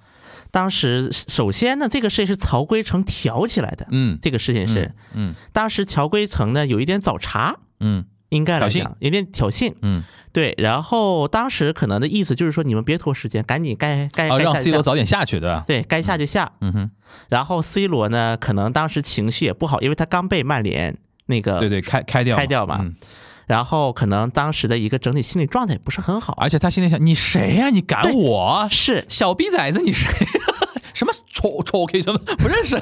[SPEAKER 6] 当时首先呢，这个事情是曹圭成挑起来的。
[SPEAKER 5] 嗯
[SPEAKER 6] 这个事情是，
[SPEAKER 5] 嗯
[SPEAKER 6] 当时曹圭成呢有一点找茬，
[SPEAKER 5] 嗯
[SPEAKER 6] 应该来
[SPEAKER 5] 挑衅
[SPEAKER 6] 讲有点挑衅。
[SPEAKER 5] 嗯，
[SPEAKER 6] 对，然后当时可能的意思就是说，你们别拖时间，赶紧该该
[SPEAKER 5] 啊，
[SPEAKER 6] 该
[SPEAKER 5] 让
[SPEAKER 6] 下
[SPEAKER 5] C
[SPEAKER 6] 就
[SPEAKER 5] 罗
[SPEAKER 6] 下，
[SPEAKER 5] 早点下去，对吧？
[SPEAKER 6] 对该下就下。
[SPEAKER 5] 嗯哼，
[SPEAKER 6] 然后 C 罗呢，可能当时情绪也不好，因为他刚被曼联那个
[SPEAKER 5] 对对，开开掉
[SPEAKER 6] 呃开掉
[SPEAKER 5] 嘛
[SPEAKER 6] 嘛。
[SPEAKER 5] 嗯
[SPEAKER 6] 然后可能当时的一个整体心理状态也不是很好，
[SPEAKER 5] 而且他心里想：“你谁呀、你敢
[SPEAKER 6] 对
[SPEAKER 5] 我？
[SPEAKER 6] 是
[SPEAKER 5] 小逼崽子，你谁？ 什么丑丑 K 什么不认识？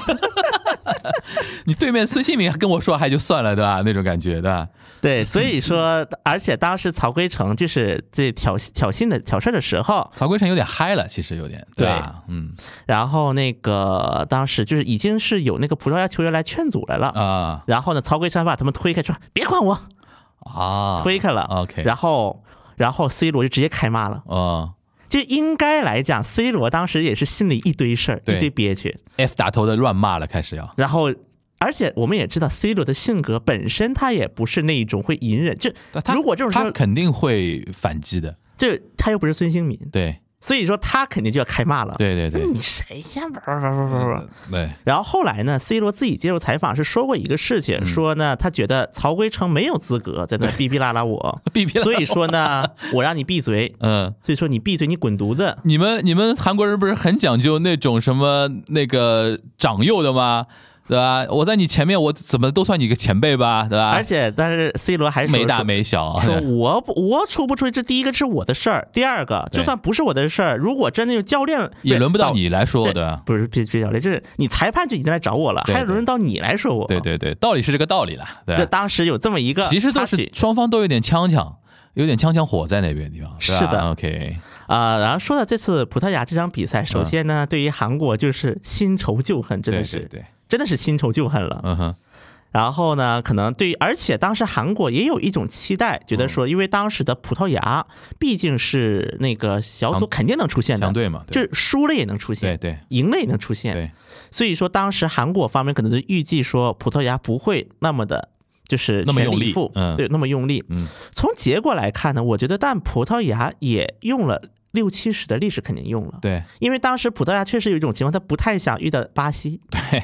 [SPEAKER 5] 你对面孙兴民跟我说哎还就算了，对吧？那种感觉，对吧？
[SPEAKER 6] 对，所以说，而且当时曹圭成就是在挑挑衅的挑事儿的时候，
[SPEAKER 5] 曹圭成有点嗨了，其实有点，吧？嗯
[SPEAKER 6] 然后那个当时就是已经是有那个葡萄牙球员来劝阻来了，
[SPEAKER 5] 啊
[SPEAKER 6] 然后呢，曹圭成把他们推开说别管我，
[SPEAKER 5] 啊，
[SPEAKER 6] 推开了、
[SPEAKER 5] OK
[SPEAKER 6] 然后然后 C 罗就直接开骂了，
[SPEAKER 5] 啊
[SPEAKER 6] 就应该来讲，C 罗当时也是心里一堆事儿，
[SPEAKER 5] 对
[SPEAKER 6] 一堆憋屈，
[SPEAKER 5] ，F 打头的乱骂了，开始要
[SPEAKER 6] 然后。而且我们也知道，C 罗的性格本身他也不是那一种会隐忍，就
[SPEAKER 5] 他
[SPEAKER 6] 如果这种时
[SPEAKER 5] 他
[SPEAKER 6] 候，
[SPEAKER 5] 肯定会反击的，
[SPEAKER 6] 就他又不是孙兴民，
[SPEAKER 5] 对
[SPEAKER 6] 所以说他肯定就要开骂了。
[SPEAKER 5] 对对对
[SPEAKER 6] 你谁呀？不不不不不。
[SPEAKER 5] 对，
[SPEAKER 6] 然后后来呢，C 罗自己接受采访是说过一个事情，说呢他觉得曹圭成没有资格在那儿 逼逼拉拉我，
[SPEAKER 5] 逼逼拉拉
[SPEAKER 6] 所以说呢我让你闭嘴，
[SPEAKER 5] 嗯。
[SPEAKER 6] 所以说你闭嘴，你滚犊子。
[SPEAKER 5] 你们你们韩国人不是很讲究那种什么那个长幼的吗？对吧？我在你前面，我怎么都算你个前辈吧，对吧？
[SPEAKER 6] 而且但是 C 罗还是
[SPEAKER 5] 啊没大。没小，
[SPEAKER 6] 说我不我出不出去，这第一个是我的事儿，第二个
[SPEAKER 5] 对
[SPEAKER 6] 就算不是我的事儿，如果真的有教练
[SPEAKER 5] 也轮不到
[SPEAKER 6] 导
[SPEAKER 5] 你来说
[SPEAKER 6] 对
[SPEAKER 5] 的。
[SPEAKER 6] 不是别别教练，就是你裁判就已经来找我了，
[SPEAKER 5] 对
[SPEAKER 6] 还
[SPEAKER 5] 对
[SPEAKER 6] 轮得到你来说我？
[SPEAKER 5] 对对对，道理是这个道理啦，对
[SPEAKER 6] 这
[SPEAKER 5] 吧？
[SPEAKER 6] 当时有这么一个插曲，
[SPEAKER 5] 其实都是双方都有点呛呛，有点呛呛火在那边地方，吧
[SPEAKER 6] 是的
[SPEAKER 5] ？OK，
[SPEAKER 6] 啊、然后说到这次葡萄牙这场比赛，首先呢，对于韩国就是新仇旧恨，真
[SPEAKER 5] 对
[SPEAKER 6] 的
[SPEAKER 5] 嗯对
[SPEAKER 6] 是
[SPEAKER 5] 对，
[SPEAKER 6] 真的是新仇旧恨了。
[SPEAKER 5] 嗯哼，
[SPEAKER 6] 然后呢，可能对于，而且当时韩国也有一种期待，觉得
[SPEAKER 5] 嗯
[SPEAKER 6] 说，因为当时的葡萄牙毕竟是那个小组
[SPEAKER 5] 强
[SPEAKER 6] 肯定能出现的，
[SPEAKER 5] 强队嘛，
[SPEAKER 6] 就
[SPEAKER 5] 对
[SPEAKER 6] 是输了也能出
[SPEAKER 5] 对
[SPEAKER 6] 现，
[SPEAKER 5] 对
[SPEAKER 6] 赢了也能出现。
[SPEAKER 5] 对，
[SPEAKER 6] 所以说，当时韩国方面可能就预计说，葡萄牙不会那么的。就是
[SPEAKER 5] 那么
[SPEAKER 6] 全力
[SPEAKER 5] 用力
[SPEAKER 6] 以赴
[SPEAKER 5] 嗯
[SPEAKER 6] 对，那么用力。
[SPEAKER 5] 嗯，
[SPEAKER 6] 从结果来看呢，我觉得，但葡萄牙也用了六七十的历史，肯定用了。
[SPEAKER 5] 对
[SPEAKER 6] 因为当时葡萄牙确实有一种情况，他不太想遇到巴西，
[SPEAKER 5] 对，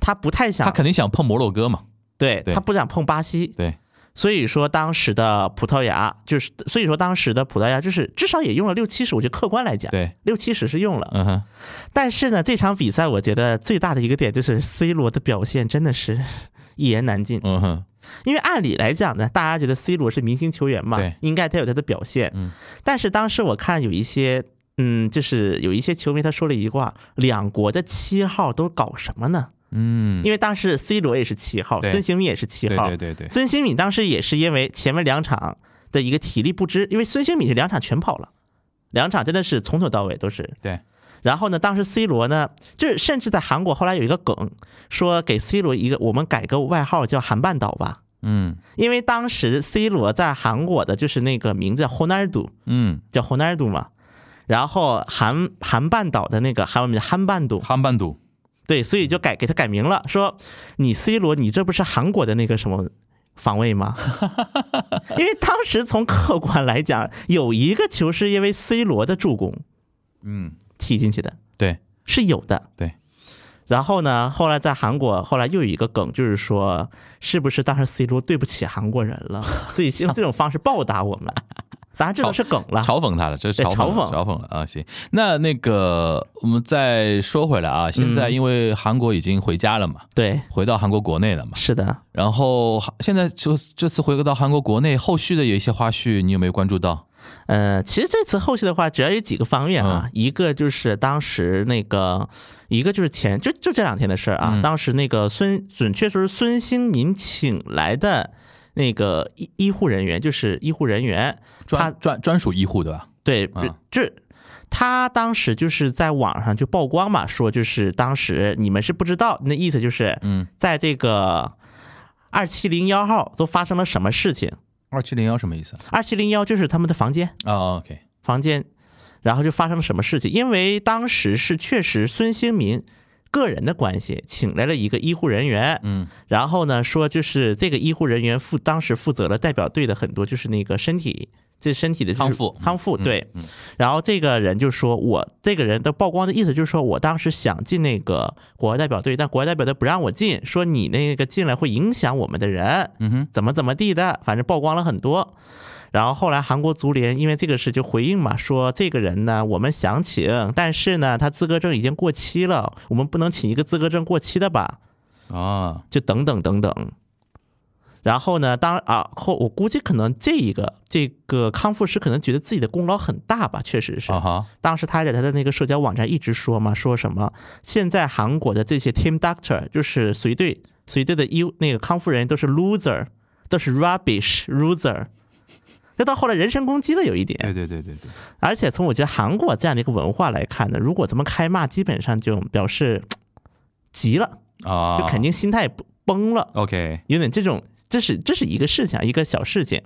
[SPEAKER 6] 他不太想，
[SPEAKER 5] 他肯定想碰摩洛哥嘛，
[SPEAKER 6] 对
[SPEAKER 5] 对
[SPEAKER 6] 他不想碰巴西，
[SPEAKER 5] 对
[SPEAKER 6] 所以说当时的葡萄牙就是，所以说当时的葡萄牙就是至少也用了六七十，我觉得客观来讲，
[SPEAKER 5] 对，
[SPEAKER 6] 六七十是用了，
[SPEAKER 5] 嗯哼，
[SPEAKER 6] 但是呢，这场比赛我觉得最大的一个点就是 C 罗的表现真的是 一言难尽，
[SPEAKER 5] 嗯哼，
[SPEAKER 6] 因为按理来讲呢，大家觉得 C 罗是明星球员嘛
[SPEAKER 5] 对，
[SPEAKER 6] 应该他有他的表现。
[SPEAKER 5] 嗯，
[SPEAKER 6] 但是当时我看有一些，嗯，就是有一些球迷他说了一句话：两国的七号都搞什么呢？
[SPEAKER 5] 嗯，
[SPEAKER 6] 因为当时 C 罗也是七号，
[SPEAKER 5] 对
[SPEAKER 6] 孙兴慜也是七
[SPEAKER 5] 对
[SPEAKER 6] 号，
[SPEAKER 5] 对对对，
[SPEAKER 6] 孙兴慜当时也是因为前面两场的一个体力不支，因为孙兴慜是两场全跑了，两场真的是从头到尾都是。
[SPEAKER 5] 对。
[SPEAKER 6] 然后呢，当时 C 罗呢，就是甚至在韩国后来有一个梗，说给 C 罗一个我们改个外号叫韩半岛吧，
[SPEAKER 5] 嗯
[SPEAKER 6] 因为当时 C 罗在韩国的就是那个名字叫 Honardo，
[SPEAKER 5] 嗯，
[SPEAKER 6] 叫 Honardo 嘛。然后韩韩半岛的那个韩文名叫韩半岛，
[SPEAKER 5] 韩半岛，
[SPEAKER 6] 对，
[SPEAKER 5] 嗯
[SPEAKER 6] 所以就改给他改名了，说你 C 罗，你这不是韩国的那个什么防卫吗？ 因为当时从客观来讲，有一个球是因为 C 罗的助攻
[SPEAKER 5] 嗯，
[SPEAKER 6] 踢进去的，
[SPEAKER 5] 对，
[SPEAKER 6] 是有的。
[SPEAKER 5] 对。
[SPEAKER 6] 然后呢，后来在韩国，后来又有一个梗，就是说，是不是当时 C 罗对不起韩国人 了，所以用这种方式报答我们？当然，这都是梗了。
[SPEAKER 5] 嘲讽他了，这是
[SPEAKER 6] 啊对
[SPEAKER 5] 嘲讽
[SPEAKER 6] 嘲
[SPEAKER 5] 了嘲
[SPEAKER 6] 讽
[SPEAKER 5] 讽了啊！行，那那个我们再说回来
[SPEAKER 6] 嗯
[SPEAKER 5] 啊，现在因为韩国已经回家了嘛，
[SPEAKER 6] 对，
[SPEAKER 5] 回到韩国国内了嘛，
[SPEAKER 6] 是的，
[SPEAKER 5] 然后韩现在就这次回到韩国国内，后续的有一些花絮，你有没有关注到？
[SPEAKER 6] 呃，其实这次后续的话，主要有几个方面啊，
[SPEAKER 5] 嗯
[SPEAKER 6] 一个就是当时那个，一个就是前就就这两天的事儿啊，
[SPEAKER 5] 嗯
[SPEAKER 6] 当时那个孙，准确说是孙兴民请来的那个医医护人员，就是医护人员，他
[SPEAKER 5] 专专专属医护对吧？
[SPEAKER 6] 对，
[SPEAKER 5] 啊
[SPEAKER 6] 就是他当时就是在网上就曝光嘛，说就是当时你们是不知道，那意思就是，
[SPEAKER 5] 嗯，
[SPEAKER 6] 在这个二七零幺号都发生了什么事情？
[SPEAKER 5] 二七零幺什么意思
[SPEAKER 6] 二七零幺就是他们的房间，
[SPEAKER 5] 啊？OK，
[SPEAKER 6] 房间，然后就发生了什么事情？因为当时是确实孙兴民个人的关系，请来了一个医护人员，
[SPEAKER 5] 嗯，
[SPEAKER 6] 然后呢说就是这个医护人员负当时负责了代表队的很多就是那个身体。这身体的就是
[SPEAKER 5] 康复
[SPEAKER 6] 康复
[SPEAKER 5] 嗯
[SPEAKER 6] 对
[SPEAKER 5] 嗯，
[SPEAKER 6] 然后这个人就说我这个人的曝光的意思就是说我当时想进那个国家代表队，但国家代表队不让我进，说你那个进来会影响我们的人，
[SPEAKER 5] 嗯哼，
[SPEAKER 6] 怎么怎么地的，反正曝光了很多。然后后来韩国足联因为这个事就回应嘛，说这个人呢我们想请，但是呢他资格证已经过期了，我们不能请一个资格证过期的吧，
[SPEAKER 5] 啊，
[SPEAKER 6] 就等等等等。然后呢，当然啊，后我估计可能这一个这个康复师可能觉得自己的功劳很大吧，确实是
[SPEAKER 5] 啊。哈，
[SPEAKER 6] 当时他在他的那个社交网站一直说嘛，说什么现在韩国的这些 team doctor 就是随队随队的医那个康复人员都是 loser，都是 rubbish loser。那到后来人身攻击了有一点，
[SPEAKER 5] 对对对对对，
[SPEAKER 6] 而且从我觉得韩国这样的一个文化来看呢，如果咱们开骂，基本上就表示急了，
[SPEAKER 5] 啊，
[SPEAKER 6] 就肯定心态不崩了，
[SPEAKER 5] OK，
[SPEAKER 6] 有点这种，这是这是一个事情，啊，一个小事情。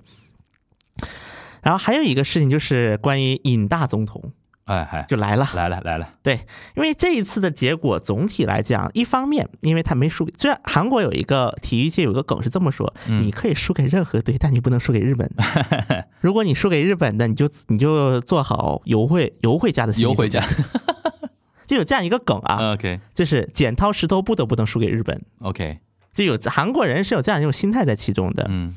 [SPEAKER 6] 然后还有一个事情就是关于尹大总统
[SPEAKER 5] 哎嗨，
[SPEAKER 6] 就来了，
[SPEAKER 5] 来了来了，
[SPEAKER 6] 对，因为这一次的结果总体来讲，一方面因为他没输给，虽然韩国有一个体育界有一个梗是这么说，
[SPEAKER 5] 嗯
[SPEAKER 6] 你可以输给任何队，但你不能输 给日本。如果你输给日本的，你就你就做好游会游会家的心理
[SPEAKER 5] 游回
[SPEAKER 6] 准
[SPEAKER 5] 家嗯
[SPEAKER 6] 备就有这样一个梗啊，
[SPEAKER 5] ，OK
[SPEAKER 6] 就是剪刀石头布都不能输给日本，
[SPEAKER 5] OK，
[SPEAKER 6] 就有韩国人是有这样一种心态在其中的。
[SPEAKER 5] 嗯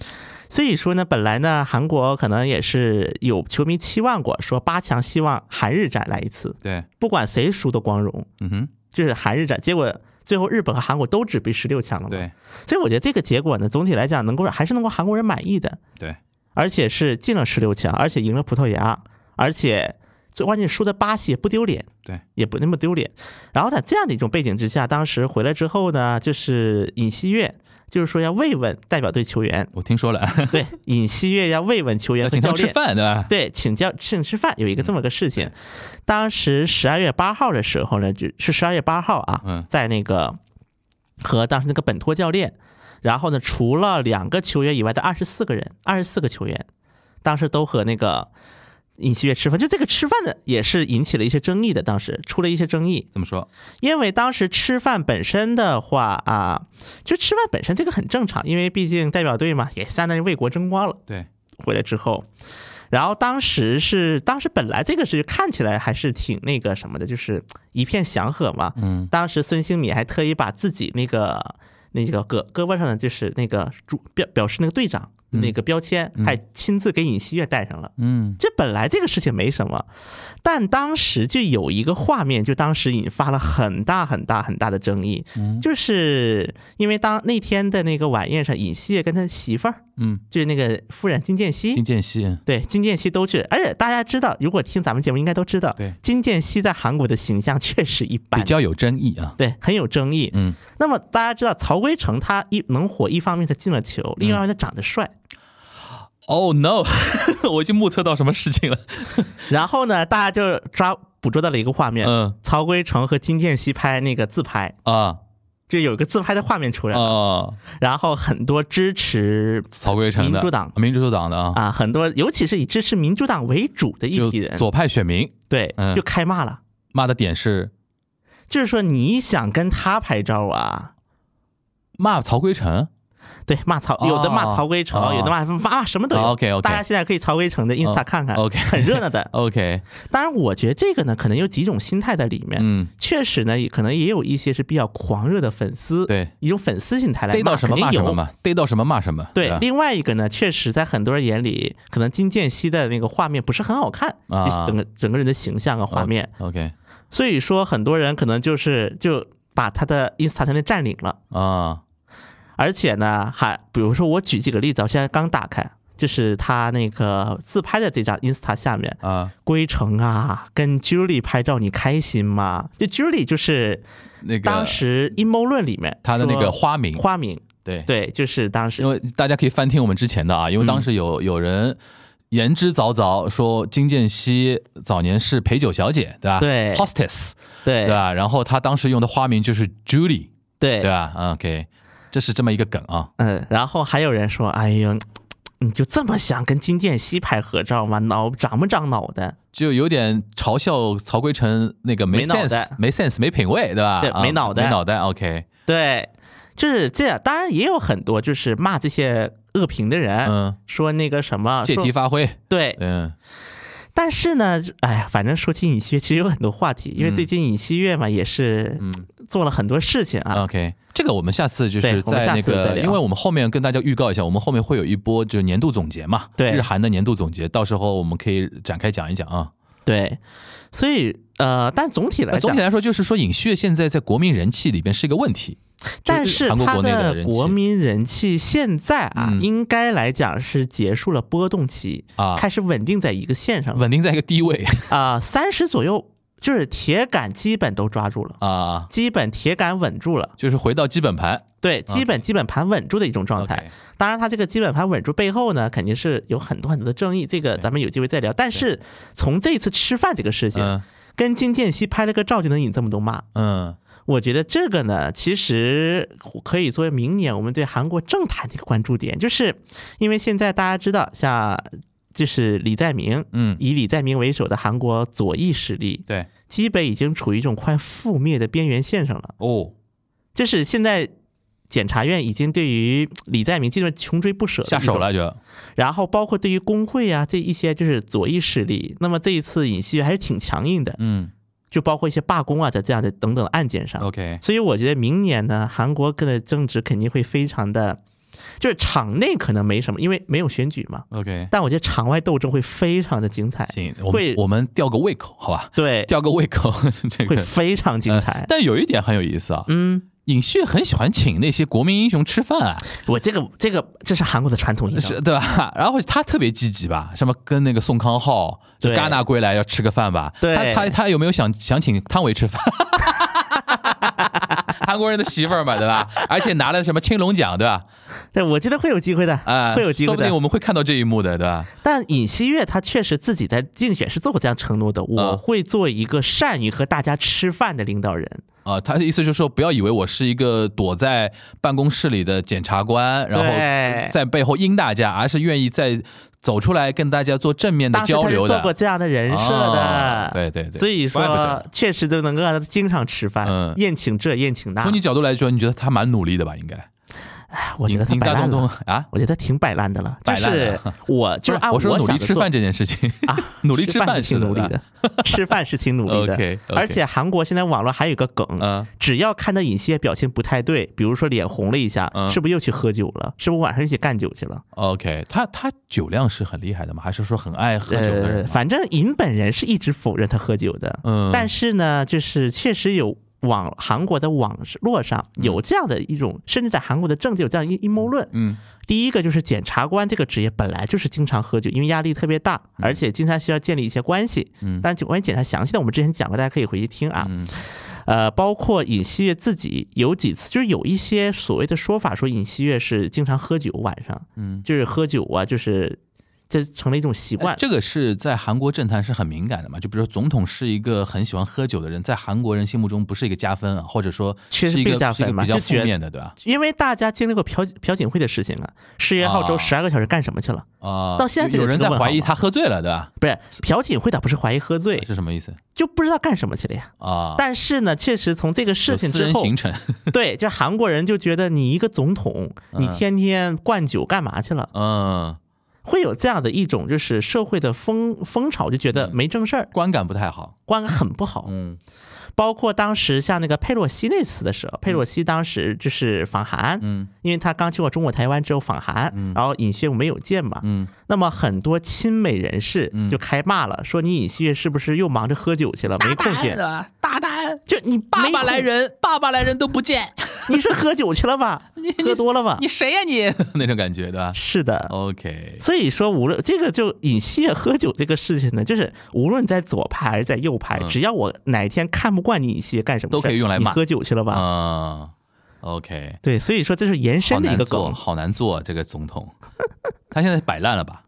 [SPEAKER 6] 所以说呢，本来呢，韩国可能也是有球迷期望过，说八强希望韩日展来一次，
[SPEAKER 5] 对，
[SPEAKER 6] 不管谁输都光荣。
[SPEAKER 5] 嗯哼，
[SPEAKER 6] 就是韩日战，结果最后日本和韩国都只被十六强了嘛。，
[SPEAKER 5] 对
[SPEAKER 6] 所以我觉得这个结果呢，总体来讲能够还是能够韩国人满意的，
[SPEAKER 5] 对，
[SPEAKER 6] 而且是进了十六强，而且赢了葡萄牙，而且最关键输的巴西也不丢脸，
[SPEAKER 5] 对，，
[SPEAKER 6] 也不那么丢脸。然后在这样的一种背景之下，当时回来之后呢，就是尹锡悦。就是说要慰问代表队球员
[SPEAKER 5] 我听说了，
[SPEAKER 6] 对尹锡悦要慰问球员
[SPEAKER 5] 要
[SPEAKER 6] 和
[SPEAKER 5] 请他
[SPEAKER 6] 教
[SPEAKER 5] 们吃
[SPEAKER 6] 练，
[SPEAKER 5] 饭嗯对吧？
[SPEAKER 6] 对，请教请吃饭有一个这么个事情。当时十二月八号的时候呢，就是十二月八号啊，
[SPEAKER 5] 嗯
[SPEAKER 6] 在那个和当时那个本托教练，然后呢，除了两个球员以外的二十四个人，二十四个球员，当时都和那个尹锡悦吃饭，就这个吃饭的也是引起了一些争议的，当时出了一些争议，
[SPEAKER 5] 这么说？
[SPEAKER 6] 因为当时吃饭本身的话啊，就吃饭本身这个很正常，因为毕竟代表队嘛，也相当于为国争光了。
[SPEAKER 5] 对，
[SPEAKER 6] 回来之后，然后当时是当时本来这个是看起来还是挺那个什么的，就是一片祥和嘛。
[SPEAKER 5] 嗯，
[SPEAKER 6] 当时孙兴敏还特意把自己那个那个胳胳膊上的就是那个主表表示那个队长
[SPEAKER 5] 嗯
[SPEAKER 6] 那个标签，还亲自给尹锡悦戴上了。
[SPEAKER 5] 嗯
[SPEAKER 6] 这本来这个事情没什么，但当时就有一个画面，就当时引发了很大很大很大的争议，
[SPEAKER 5] 嗯
[SPEAKER 6] 就是因为当那天的那个晚宴上，尹锡悦跟他媳妇儿，
[SPEAKER 5] 嗯，
[SPEAKER 6] 就是那个夫人金建熙
[SPEAKER 5] 金，建熙，
[SPEAKER 6] 对金建熙都去，而且大家知道，如果听咱们节目应该都知道，
[SPEAKER 5] 对
[SPEAKER 6] 金建熙在韩国的形象确实一般
[SPEAKER 5] 比，较有争议啊，
[SPEAKER 6] 对很有争议。
[SPEAKER 5] 嗯，
[SPEAKER 6] 那么大家知道，曹圭成他一能火，一方面他进了球，另一方面他长得帅。
[SPEAKER 5] 嗯 Oh no！我已 经目测到什么事情了。
[SPEAKER 6] 然后呢，大家就抓捕捉到了一个画面，
[SPEAKER 5] 嗯
[SPEAKER 6] 曹圭成和金建熙拍那个自拍，
[SPEAKER 5] 啊
[SPEAKER 6] 就有一个自拍的画面出来，
[SPEAKER 5] 啊，
[SPEAKER 6] 然后很多支持
[SPEAKER 5] 曹圭成的
[SPEAKER 6] 民主党
[SPEAKER 5] 民主党的啊，
[SPEAKER 6] 啊，很多尤其是以支持民主党为主的一
[SPEAKER 5] 就
[SPEAKER 6] 批人，
[SPEAKER 5] 左派选民
[SPEAKER 6] 对
[SPEAKER 5] 嗯，
[SPEAKER 6] 就开骂了，
[SPEAKER 5] 骂的点是
[SPEAKER 6] 就是说你想跟他拍照啊。
[SPEAKER 5] 骂曹圭成，
[SPEAKER 6] 对，骂曹，有的骂曹圭成，
[SPEAKER 5] 哦
[SPEAKER 6] 有的骂骂什么都有。
[SPEAKER 5] 哦，OK，OK 哦
[SPEAKER 6] 大家现在可以曹圭成的 Insta 看看、
[SPEAKER 5] OK
[SPEAKER 6] 很热闹的。
[SPEAKER 5] OK，
[SPEAKER 6] 当然，我觉得这个呢，可能有几种心态在里面。
[SPEAKER 5] 嗯，
[SPEAKER 6] 确实呢，也可能也有一些是比较狂热的粉丝，
[SPEAKER 5] 对，
[SPEAKER 6] 一种粉丝心态来
[SPEAKER 5] 逮
[SPEAKER 6] 骂，
[SPEAKER 5] 到什么
[SPEAKER 6] 肯
[SPEAKER 5] 骂
[SPEAKER 6] 定
[SPEAKER 5] 什
[SPEAKER 6] 有
[SPEAKER 5] 么。嘛，逮到什么骂什么，
[SPEAKER 6] 对，
[SPEAKER 5] 吧
[SPEAKER 6] 另外一个呢，确实在很多人眼里，可能金建熙的那个画面不是很好看，
[SPEAKER 5] 啊嗯
[SPEAKER 6] 就是整个整个人的形象啊画面，
[SPEAKER 5] OK
[SPEAKER 6] 所以说很多人可能就是就把他的 Insta 团队占领了。
[SPEAKER 5] 啊，
[SPEAKER 6] 而且呢，还比如说我举几个例子，我现在刚打开，就是他那个自拍的这张 Insta 下面，
[SPEAKER 5] 啊，
[SPEAKER 6] 归程啊，跟 Julie 拍照你开心吗？就 Julie 就是
[SPEAKER 5] 那个
[SPEAKER 6] 当时阴谋论里面
[SPEAKER 5] 他的那个
[SPEAKER 6] 说
[SPEAKER 5] 花名，
[SPEAKER 6] 花名，
[SPEAKER 5] 对，
[SPEAKER 6] 对，嗯就是当时
[SPEAKER 5] 因为大家可以翻听我们之前的啊，因为当时有有人。言之凿凿说金建熙早年是陪酒小姐，对吧？
[SPEAKER 6] 对
[SPEAKER 5] ，hostess，
[SPEAKER 6] 对
[SPEAKER 5] 对吧？然后他当时用的花名就是 Julie，
[SPEAKER 6] 对
[SPEAKER 5] 对吧嗯？OK，这是这么一个梗啊。
[SPEAKER 6] 嗯，然后还有人说，哎呦。你就这么想跟金建熙拍合照吗？脑长不长脑袋？
[SPEAKER 5] 就有点嘲笑曹圭成那个没
[SPEAKER 6] 没脑
[SPEAKER 5] sense
[SPEAKER 6] 袋
[SPEAKER 5] 没 sense 没品味，对吧？
[SPEAKER 6] 对
[SPEAKER 5] 啊
[SPEAKER 6] 没脑袋
[SPEAKER 5] 没脑袋。OK，
[SPEAKER 6] 对，就是这样。当然也有很多就是骂这些恶评的人，
[SPEAKER 5] 嗯，
[SPEAKER 6] 说那个什么
[SPEAKER 5] 借
[SPEAKER 6] 哎说哎
[SPEAKER 5] 题发挥，
[SPEAKER 6] 对，
[SPEAKER 5] 嗯，
[SPEAKER 6] 但是呢，哎呀，反正说起尹锡悦，其实有很多话题，因为
[SPEAKER 5] 嗯
[SPEAKER 6] 最近尹锡悦嘛，也是做了很多事情啊。
[SPEAKER 5] OK，这个我们下次就
[SPEAKER 6] 对
[SPEAKER 5] 是
[SPEAKER 6] 我们
[SPEAKER 5] 在
[SPEAKER 6] 下
[SPEAKER 5] 那
[SPEAKER 6] 次再
[SPEAKER 5] 个，
[SPEAKER 6] 聊
[SPEAKER 5] 因为我们后面跟大家预告一下，我们后面会有一波就是年度总结嘛，
[SPEAKER 6] 对
[SPEAKER 5] 日韩的年度总结，到时候我们可以展开讲一讲啊。
[SPEAKER 6] 对，所以呃，但总体来
[SPEAKER 5] 那
[SPEAKER 6] 讲，
[SPEAKER 5] 总体来说，就是说尹锡悦现在在国民人气里边是一个问题，
[SPEAKER 6] 但是
[SPEAKER 5] 韩国
[SPEAKER 6] 它
[SPEAKER 5] 国内的
[SPEAKER 6] 的
[SPEAKER 5] 人
[SPEAKER 6] 国
[SPEAKER 5] 气
[SPEAKER 6] 民人气现在啊，
[SPEAKER 5] 嗯
[SPEAKER 6] 应该来讲是结束了波动期
[SPEAKER 5] 啊
[SPEAKER 6] 开始稳定在一个线上了
[SPEAKER 5] 稳定在一个低位
[SPEAKER 6] 啊，三十、左右就是铁杆基本都抓住了，
[SPEAKER 5] 啊，
[SPEAKER 6] 基本铁杆稳住了，
[SPEAKER 5] 就是回到基本盘
[SPEAKER 6] 对，基本基本盘稳住的一种状态。
[SPEAKER 5] 啊 OK
[SPEAKER 6] 当然，它这个基本盘稳住背后呢，肯定是有很多很多的争议，这个
[SPEAKER 5] 对
[SPEAKER 6] 咱们有机会再聊。但是从这次吃饭这个事情，
[SPEAKER 5] 嗯
[SPEAKER 6] 跟金建熙拍了个照就能引这么多骂，
[SPEAKER 5] 嗯，
[SPEAKER 6] 我觉得这个呢，其实可以作为明年我们对韩国政坛的一个关注点，就是因为现在大家知道，像就是李在明，
[SPEAKER 5] 嗯
[SPEAKER 6] 以李在明为首的韩国左翼势力，
[SPEAKER 5] 对
[SPEAKER 6] 基本已经处于一种快覆灭的边缘线上了。
[SPEAKER 5] 哦，
[SPEAKER 6] 就是现在，检察院已经对于李在明进入穷追不舍，
[SPEAKER 5] 下手了。就
[SPEAKER 6] 然后包括对于工会啊这一些就是左翼势力，那么这一次尹锡悦还是挺强硬的，
[SPEAKER 5] 嗯
[SPEAKER 6] 就包括一些罢工啊在这样的等等案件上。
[SPEAKER 5] ，OK，
[SPEAKER 6] 所以我觉得明年呢，韩国跟的政治肯定会非常的，就是场内可能没什么，因为没有选举嘛。
[SPEAKER 5] OK，
[SPEAKER 6] 但我觉得场外斗争会非常的精彩，
[SPEAKER 5] 行，我们
[SPEAKER 6] 会
[SPEAKER 5] 我们吊个胃口，好吧，
[SPEAKER 6] 对，
[SPEAKER 5] 吊个胃口， 这
[SPEAKER 6] 会
[SPEAKER 5] 个
[SPEAKER 6] 非常精
[SPEAKER 5] 呃
[SPEAKER 6] 彩。
[SPEAKER 5] 但有一点很有意思啊，
[SPEAKER 6] 嗯，
[SPEAKER 5] 尹旭很喜欢请那些国民英雄吃饭啊，
[SPEAKER 6] 我这个这个这是韩国的传统饮
[SPEAKER 5] 是
[SPEAKER 6] 食，
[SPEAKER 5] 对吧？ 然后他特别积极吧，什么跟那个宋康昊，就
[SPEAKER 6] 对
[SPEAKER 5] 戛纳归来要吃个饭吧。
[SPEAKER 6] 对
[SPEAKER 5] 他他他有没有想想请汤唯吃饭？ 韩国人的媳妇儿嘛，对吧？而且拿了什么青龙奖，对吧？
[SPEAKER 6] 对，我觉得会有机会的，
[SPEAKER 5] 啊、
[SPEAKER 6] 会有机
[SPEAKER 5] 说
[SPEAKER 6] 会
[SPEAKER 5] 不定我
[SPEAKER 6] 的。
[SPEAKER 5] 们会看到这一幕的，对吧？
[SPEAKER 6] 但尹锡悦他确实自己在竞选是做过这样承
[SPEAKER 5] 啊
[SPEAKER 6] 诺的，我会做一个善于和大家吃饭的领导人。
[SPEAKER 5] 啊、他的意思就是说，不要以为我是一个躲在办公室里的检察官，然后
[SPEAKER 6] 对
[SPEAKER 5] 在背后阴大家，而是愿意在走出来跟大家做正面的
[SPEAKER 6] 当时
[SPEAKER 5] 交
[SPEAKER 6] 他是
[SPEAKER 5] 流的。
[SPEAKER 6] 做过这样的人设
[SPEAKER 5] 啊
[SPEAKER 6] 的，
[SPEAKER 5] 对对对
[SPEAKER 6] 所以
[SPEAKER 5] 怪不
[SPEAKER 6] 说
[SPEAKER 5] 得
[SPEAKER 6] 确实都能够让他经常吃
[SPEAKER 5] 嗯
[SPEAKER 6] 饭，宴请这宴请那哎
[SPEAKER 5] 从。你角度来说，你觉得他蛮努力的吧？应该，
[SPEAKER 6] 我觉得他
[SPEAKER 5] 尹
[SPEAKER 6] 摆
[SPEAKER 5] 大
[SPEAKER 6] 烂
[SPEAKER 5] 东东
[SPEAKER 6] 了，
[SPEAKER 5] 啊，
[SPEAKER 6] 我觉得挺摆烂的了。就
[SPEAKER 5] 摆烂
[SPEAKER 6] 是啊
[SPEAKER 5] 了
[SPEAKER 6] 我就
[SPEAKER 5] 不
[SPEAKER 6] 按
[SPEAKER 5] 我说努
[SPEAKER 6] 想
[SPEAKER 5] 力
[SPEAKER 6] 的
[SPEAKER 5] 吃
[SPEAKER 6] 做
[SPEAKER 5] 饭这件事情，，
[SPEAKER 6] 啊
[SPEAKER 5] 努力吃饭
[SPEAKER 6] 饭
[SPEAKER 5] 是
[SPEAKER 6] 挺努力
[SPEAKER 5] 的
[SPEAKER 6] 的，吃饭是挺努力的
[SPEAKER 5] OK，OK。
[SPEAKER 6] 而且韩国现在网络还有一个梗，
[SPEAKER 5] 嗯
[SPEAKER 6] 只要看到尹锡悦表情不太对，比如说脸红了一下
[SPEAKER 5] 嗯，
[SPEAKER 6] 是不是又去喝酒了？是不是晚上一起干酒去了？
[SPEAKER 5] ，OK，他他酒量是很厉害的吗？还是说很爱喝酒的人
[SPEAKER 6] 呃，
[SPEAKER 5] 吗？
[SPEAKER 6] 反正尹本人是一直否认他喝酒的，
[SPEAKER 5] 嗯
[SPEAKER 6] 呃但是呢，就是确实有网韩国的网络上有这样的一种，甚至在韩国的政界有这样一阴谋论。
[SPEAKER 5] 嗯
[SPEAKER 6] 第一个就是检察官这个职业本来就是经常喝酒，因为压力特别大，而且经常需要建立一些关系。
[SPEAKER 5] 嗯
[SPEAKER 6] 但是关于检察详细的，我们之前讲过，大家可以回去听啊。
[SPEAKER 5] 嗯
[SPEAKER 6] 呃，包括尹锡悦自己有几次，就是有一些所谓的说法，说尹锡悦是经常喝酒，晚上
[SPEAKER 5] 嗯，
[SPEAKER 6] 就是喝酒啊，就是这成了一种习
[SPEAKER 5] 哎
[SPEAKER 6] 惯。
[SPEAKER 5] 这个是在韩国政坛是很敏感的嘛？就比如说总统是一个很喜欢喝酒的人，在韩国人心目中不是一个加分啊，或者说
[SPEAKER 6] 确实
[SPEAKER 5] 是一个
[SPEAKER 6] 被加
[SPEAKER 5] 是一
[SPEAKER 6] 分
[SPEAKER 5] 个
[SPEAKER 6] 嘛
[SPEAKER 5] 比较
[SPEAKER 6] 就
[SPEAKER 5] 负
[SPEAKER 6] 觉得
[SPEAKER 5] 面的，对吧？
[SPEAKER 6] 因为大家经历过朴朴槿惠的事情啊，十月号
[SPEAKER 5] 啊
[SPEAKER 6] 周十二个小时干什么去了？
[SPEAKER 5] 啊，
[SPEAKER 6] 到现在
[SPEAKER 5] 有有
[SPEAKER 6] 这个
[SPEAKER 5] 人
[SPEAKER 6] 是个
[SPEAKER 5] 在
[SPEAKER 6] 问
[SPEAKER 5] 怀疑
[SPEAKER 6] 号嘛
[SPEAKER 5] 他喝醉了，对吧？
[SPEAKER 6] 不是朴槿惠倒不是怀疑喝醉，
[SPEAKER 5] 是什么意思
[SPEAKER 6] 就不知道干什么去了呀。
[SPEAKER 5] 啊？
[SPEAKER 6] 但是呢，确实从这个事
[SPEAKER 5] 有
[SPEAKER 6] 情
[SPEAKER 5] 私
[SPEAKER 6] 之
[SPEAKER 5] 人
[SPEAKER 6] 后，
[SPEAKER 5] 行 程，
[SPEAKER 6] 对，就韩国人就觉得你一个总统，你
[SPEAKER 5] 嗯
[SPEAKER 6] 天天灌酒干嘛去了？
[SPEAKER 5] 嗯，
[SPEAKER 6] 会有这样的一种就是社会的风风潮，就觉得没正事儿，
[SPEAKER 5] 观感不太好。
[SPEAKER 6] 观感很不好。
[SPEAKER 5] 嗯
[SPEAKER 6] 包括当时像那个佩洛西那次的时候，佩洛西当时就是访韩，
[SPEAKER 5] 嗯
[SPEAKER 6] 因为他刚去过中国台湾之后访韩，然后尹锡悦没有见嘛，
[SPEAKER 5] 嗯
[SPEAKER 6] 那么很多亲美人士
[SPEAKER 5] 嗯
[SPEAKER 6] 就开骂了，说你尹锡悦是不是又忙着喝酒去了，没空见。
[SPEAKER 5] 的，大胆！
[SPEAKER 6] 就你
[SPEAKER 5] 爸
[SPEAKER 6] 没
[SPEAKER 5] 爸
[SPEAKER 6] 空
[SPEAKER 5] 来，人，爸爸来人都不见，
[SPEAKER 6] 你是喝酒去了吧？喝多了吧
[SPEAKER 5] 你？哦谁呀、你？那种感觉，对吧
[SPEAKER 6] 是啊的。
[SPEAKER 5] ？OK，
[SPEAKER 6] 所以说，无论这个就尹锡悦喝酒这个事情呢，就是无论在左派还是在右派，
[SPEAKER 5] 嗯
[SPEAKER 6] 只要我哪一天看不惯你尹锡悦干什么事
[SPEAKER 5] 都
[SPEAKER 6] 儿，
[SPEAKER 5] 可以用来
[SPEAKER 6] 你
[SPEAKER 5] 骂
[SPEAKER 6] 喝酒去了吧？
[SPEAKER 5] 啊、o k
[SPEAKER 6] 对，所以说这是延
[SPEAKER 5] 好
[SPEAKER 6] 伸的一
[SPEAKER 5] 难
[SPEAKER 6] 个
[SPEAKER 5] 做，
[SPEAKER 6] 梗。
[SPEAKER 5] 好难做这个总统，他现在摆烂了吧？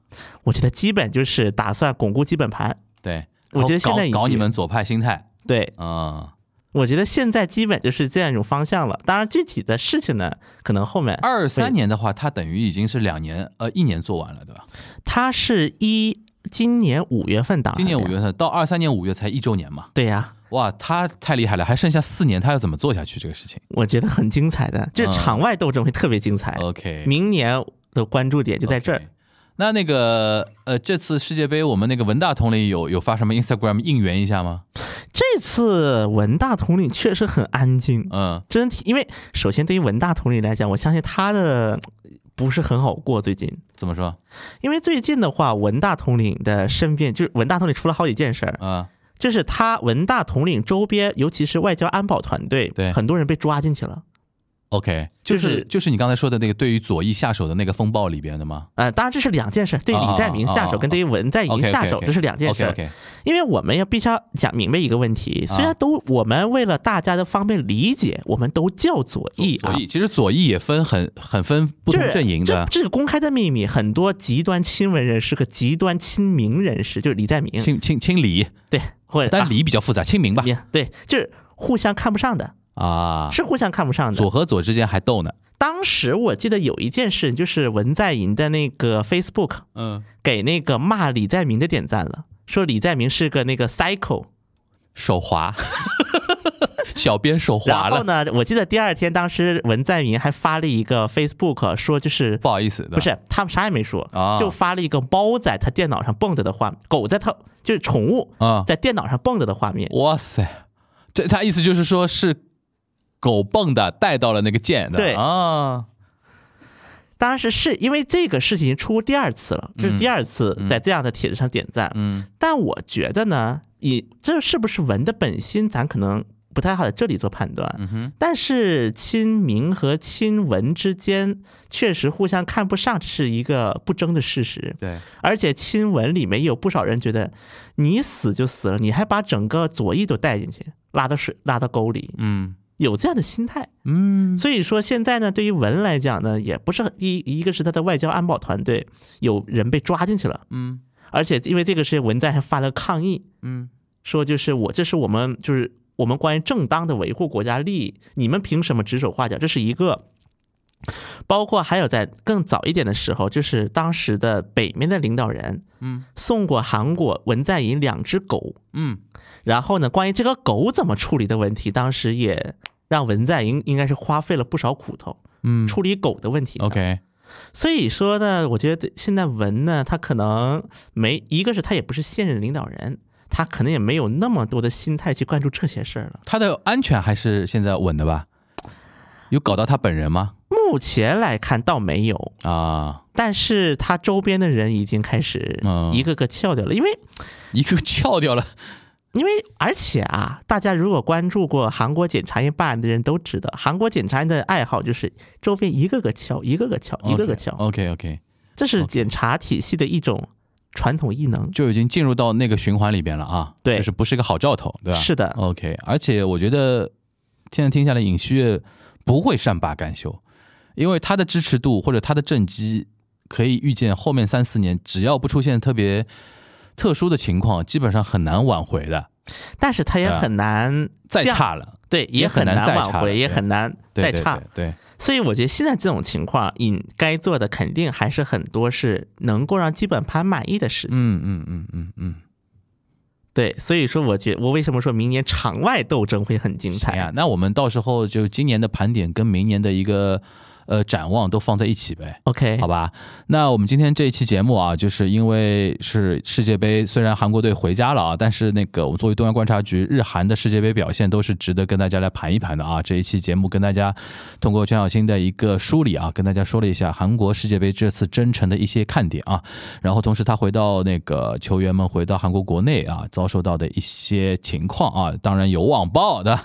[SPEAKER 6] 我觉得基本就是打算巩固基本盘。
[SPEAKER 5] 对，
[SPEAKER 6] 我觉得
[SPEAKER 5] 然后
[SPEAKER 6] 现在已
[SPEAKER 5] 搞搞
[SPEAKER 6] 经
[SPEAKER 5] 你们左派心态
[SPEAKER 6] 对，
[SPEAKER 5] 啊。
[SPEAKER 6] 我觉得现在基本就是这样一种方向了。当然，具体的事情呢，可能后面
[SPEAKER 5] 二三
[SPEAKER 6] 对
[SPEAKER 5] 年的话，他等于已经是两年呃一年做完了，对吧？
[SPEAKER 6] 他是一今年五月份档案
[SPEAKER 5] 今
[SPEAKER 6] 哎的呀，
[SPEAKER 5] 年五月份到二三年五月才一周年嘛，
[SPEAKER 6] 对呀、
[SPEAKER 5] 哇，他太厉害了，还剩下四年，他要怎么做下去这个事情
[SPEAKER 6] 我觉得很精彩的，就是场外斗争会特别精彩。
[SPEAKER 5] 嗯？OK，
[SPEAKER 6] 明年的关注点就在这儿
[SPEAKER 5] OK。那那个呃，这次世界杯我们那个文大统领有有发什么 Instagram 应援一下吗？
[SPEAKER 6] 这次文大统领确实很安静，
[SPEAKER 5] 嗯
[SPEAKER 6] 真挺因为首先对于文大统领来讲，我相信他的不是很好过最近，
[SPEAKER 5] 怎么说？
[SPEAKER 6] 因为最近的话，文大统领的身边就是文大统领出了好几件事儿，
[SPEAKER 5] 啊、
[SPEAKER 6] 就是他文大统领周边，尤其是外交安保团队，
[SPEAKER 5] 对
[SPEAKER 6] 很多人被抓进去了。
[SPEAKER 5] OK，就
[SPEAKER 6] 就是是
[SPEAKER 5] 就是你刚才说的那个对于左翼下手的那个风暴里边的吗？
[SPEAKER 6] 呃，当然这是两件事，对
[SPEAKER 5] 啊
[SPEAKER 6] 李在明下手跟对于文在寅
[SPEAKER 5] OK，OK，OK
[SPEAKER 6] 哎下手这是两件事。
[SPEAKER 5] OK，OK，啊
[SPEAKER 6] 因为我们要必须要讲明白一个问题，虽然都我们为了大家的方便理解，我们都叫左翼啊
[SPEAKER 5] 左，翼其实左翼也分很很分不
[SPEAKER 6] 就
[SPEAKER 5] 同
[SPEAKER 6] 是
[SPEAKER 5] 阵营的
[SPEAKER 6] 这，这是公开的秘密。很多极端亲文人士和极端亲民人士，就是李在明，
[SPEAKER 5] 亲亲亲李，
[SPEAKER 6] 对，或者
[SPEAKER 5] 但李比较复杂，亲民吧
[SPEAKER 6] 啊民对，就是互相看不上的，
[SPEAKER 5] 啊，
[SPEAKER 6] 是互相看不上的。
[SPEAKER 5] 左和左之间还斗呢，
[SPEAKER 6] 当时我记得有一件事，就是文在寅的那个 Facebook
[SPEAKER 5] 嗯，
[SPEAKER 6] 给那个骂李在明的点赞了，说李在明是个那个 psycho。
[SPEAKER 5] 手 滑，小编手滑
[SPEAKER 6] 然
[SPEAKER 5] 了
[SPEAKER 6] 后，呢，我记得第二天，当时文在寅还发了一个 Facebook 说，就是
[SPEAKER 5] 不好意思，对吧
[SPEAKER 6] 不是他们啥也没说
[SPEAKER 5] 啊，
[SPEAKER 6] 就发了一个猫在他电脑上蹦跶的画面，狗在他就是宠物
[SPEAKER 5] 啊
[SPEAKER 6] 在电脑上蹦跶的画面。
[SPEAKER 5] 哇塞，这他意思就是说是狗蹦的带到了那个剑的，
[SPEAKER 6] 对
[SPEAKER 5] 啊，
[SPEAKER 6] 当时是因为这个事情出第二次了，这是第二次在这样的帖子上点赞。
[SPEAKER 5] 嗯，
[SPEAKER 6] 但我觉得呢，以这是不是文的本心，咱可能不太好在这里做判断。
[SPEAKER 5] 嗯
[SPEAKER 6] 但是亲民和亲文之间确实互相看不上，这是一个不争的事实。
[SPEAKER 5] 对，
[SPEAKER 6] 而且亲文里面有不少人觉得，你死就死了，你还把整个左翼都带进去，拉到水，拉到沟里，
[SPEAKER 5] 嗯
[SPEAKER 6] 有这样的心态。
[SPEAKER 5] 嗯，
[SPEAKER 6] 所以说现在呢，对于文来讲呢，也不是很一一个是他的外交安保团队有人被抓进去了，
[SPEAKER 5] 嗯，
[SPEAKER 6] 而且因为这个事情，文在还发了抗议，
[SPEAKER 5] 嗯，
[SPEAKER 6] 说就是我这是我们就是我们关于正当的维护国家利益，你们凭什么指手画脚？这是一个。包括还有在更早一点的时候，就是当时的北面的领导人，
[SPEAKER 5] 嗯，
[SPEAKER 6] 送过韩国文在寅两只狗，
[SPEAKER 5] 嗯，
[SPEAKER 6] 然后呢，关于这个狗怎么处理的问题，当时也让文在寅应该是花费了不少苦头。
[SPEAKER 5] 嗯
[SPEAKER 6] 处理狗的问题。
[SPEAKER 5] ，OK，
[SPEAKER 6] 所以说呢，我觉得现在文呢，他可能没一个是他也不是现任领导人，他可能也没有那么多的心态去关注这些事儿了。
[SPEAKER 5] 他的安全还是现在稳的吧？有搞到他本人吗？
[SPEAKER 6] 目前来看倒没有，
[SPEAKER 5] 啊，
[SPEAKER 6] 但是他周边的人已经开始
[SPEAKER 5] 嗯
[SPEAKER 6] 一个个撬掉了，因为
[SPEAKER 5] 一个撬掉了，
[SPEAKER 6] 因为而且啊，大家如果关注过韩国检察院办案的人都知道，韩国检察院的爱好就是周边一个个撬，一个个撬，一个个撬，
[SPEAKER 5] OK 哦 OK，
[SPEAKER 6] 这是检察体系的一种传统异能。
[SPEAKER 5] 就已经进入到那个循环里边了啊。
[SPEAKER 6] 对
[SPEAKER 5] 就是不是一个好兆头，对吧？
[SPEAKER 6] 是的
[SPEAKER 5] OK，而且我觉得现在听下来，尹锡悦不会善罢甘休，因为他的支持度或者他的政绩，可以预见后面三四年，只要不出现特别特殊的情况，基本上很难挽回的。
[SPEAKER 6] 但是他也
[SPEAKER 5] 对啊
[SPEAKER 6] 很难
[SPEAKER 5] 再
[SPEAKER 6] 降
[SPEAKER 5] 差了，
[SPEAKER 6] 对，也很
[SPEAKER 5] 啊很难
[SPEAKER 6] 难
[SPEAKER 5] 再
[SPEAKER 6] 挽
[SPEAKER 5] 差了
[SPEAKER 6] 回，也
[SPEAKER 5] 对
[SPEAKER 6] 很难
[SPEAKER 5] 对
[SPEAKER 6] 再
[SPEAKER 5] 对
[SPEAKER 6] 差。
[SPEAKER 5] 对对，
[SPEAKER 6] 所以我觉得现在这种情况，你该做的肯定还是很多是能够让基本盘满意的事情。
[SPEAKER 5] 嗯嗯嗯嗯嗯，
[SPEAKER 6] 对，所以说我觉我为什么说明年场外斗争会很精
[SPEAKER 5] 行哎呀
[SPEAKER 6] 彩？，
[SPEAKER 5] 那我们到时候就今年的盘点跟明年的一个呃展望都放在一起呗。
[SPEAKER 6] ？OK，
[SPEAKER 5] 好吧，那我们今天这一期节目啊，就是因为是世界杯，虽然韩国队回家了啊，但是那个我们作为东亚观察局，日韩的世界杯表现都是值得跟大家来盘一盘的啊。这一期节目跟大家通过全小新的一个梳理啊，跟大家说了一下韩国世界杯这次征程的一些看点啊，然后同时他回到那个球员们回到韩国国内啊，遭受到的一些情况啊，当然有网暴的，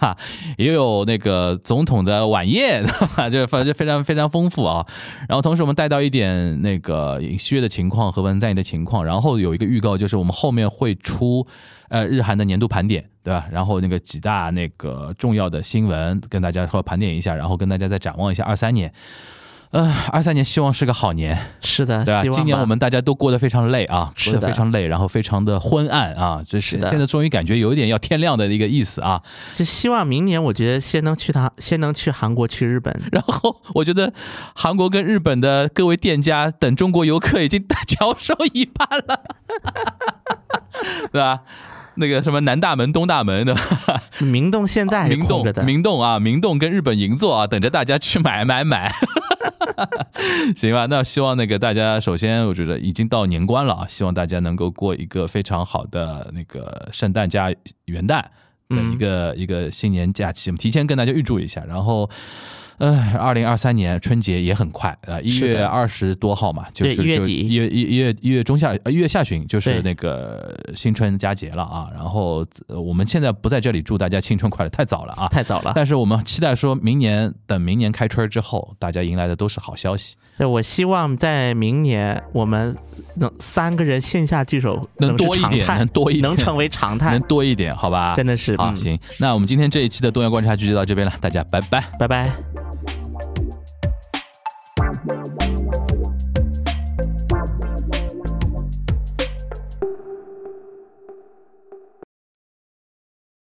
[SPEAKER 5] 也有那个总统的晚宴， 就是反正非常非常丰富啊。然后同时我们带到一点那个尹锡悦的情况和文在寅的情况，然后有一个预告就是我们后面会出呃日韩的年度盘点，对吧？然后那个几大那个重要的新闻跟大家说盘点一下，然后跟大家再展望一下二三年。呃，二三年希望是个好年，
[SPEAKER 6] 是的，
[SPEAKER 5] 对吧？
[SPEAKER 6] 希望
[SPEAKER 5] 今年
[SPEAKER 6] 吧
[SPEAKER 5] 我们大家都过得非常累啊，
[SPEAKER 6] 是
[SPEAKER 5] 过得
[SPEAKER 6] 的
[SPEAKER 5] 非常累，然后非常的昏暗啊，这是
[SPEAKER 6] 是的
[SPEAKER 5] 现在终于感觉有一点要天亮的一个意思啊。
[SPEAKER 6] 就希望明年，我觉得先能去他，先能去韩国，去日本。
[SPEAKER 5] 然后我觉得韩国跟日本的各位店家等中国游客已经大翘首以盼了， 对吧？那个什么南大门、东大门的
[SPEAKER 6] 明洞现在还是
[SPEAKER 5] 明
[SPEAKER 6] 空
[SPEAKER 5] 洞
[SPEAKER 6] 着的，，
[SPEAKER 5] 明洞啊，明洞跟日本银座啊，等着大家去买买买， 行吧？那希望那个大家，首先我觉得已经到年关了啊，希望大家能够过一个非常好的那个圣诞加
[SPEAKER 6] 嗯
[SPEAKER 5] 元旦的一个、一个新年假期，我们提前跟大家预祝一下，然后。呃，二零二三年春节也很快，呃，一
[SPEAKER 6] 是
[SPEAKER 5] 月
[SPEAKER 6] 的
[SPEAKER 5] 二十多号嘛，就
[SPEAKER 6] 对
[SPEAKER 5] 是就
[SPEAKER 6] 一月底
[SPEAKER 5] 一月一一月一月中下呃一月下旬就是
[SPEAKER 6] 对
[SPEAKER 5] 那个新春佳节了啊。然后呃我们现在不在这里祝大家新春快乐，太早了啊。
[SPEAKER 6] 太早了。
[SPEAKER 5] 但是我们期待说明年等明年开春之后，大家迎来的都是好消息，
[SPEAKER 6] 对，我希望在明年我们能三个人线下聚首
[SPEAKER 5] 能
[SPEAKER 6] 是
[SPEAKER 5] 多一
[SPEAKER 6] 常
[SPEAKER 5] 点
[SPEAKER 6] 态
[SPEAKER 5] 能多一
[SPEAKER 6] 能
[SPEAKER 5] 点
[SPEAKER 6] 成为常态
[SPEAKER 5] 能，多一点好吧？
[SPEAKER 6] 真的是
[SPEAKER 5] 好，
[SPEAKER 6] 嗯
[SPEAKER 5] 行，那我们今天这一期的东亚观察局就到这边了，大家拜拜。
[SPEAKER 6] 拜拜。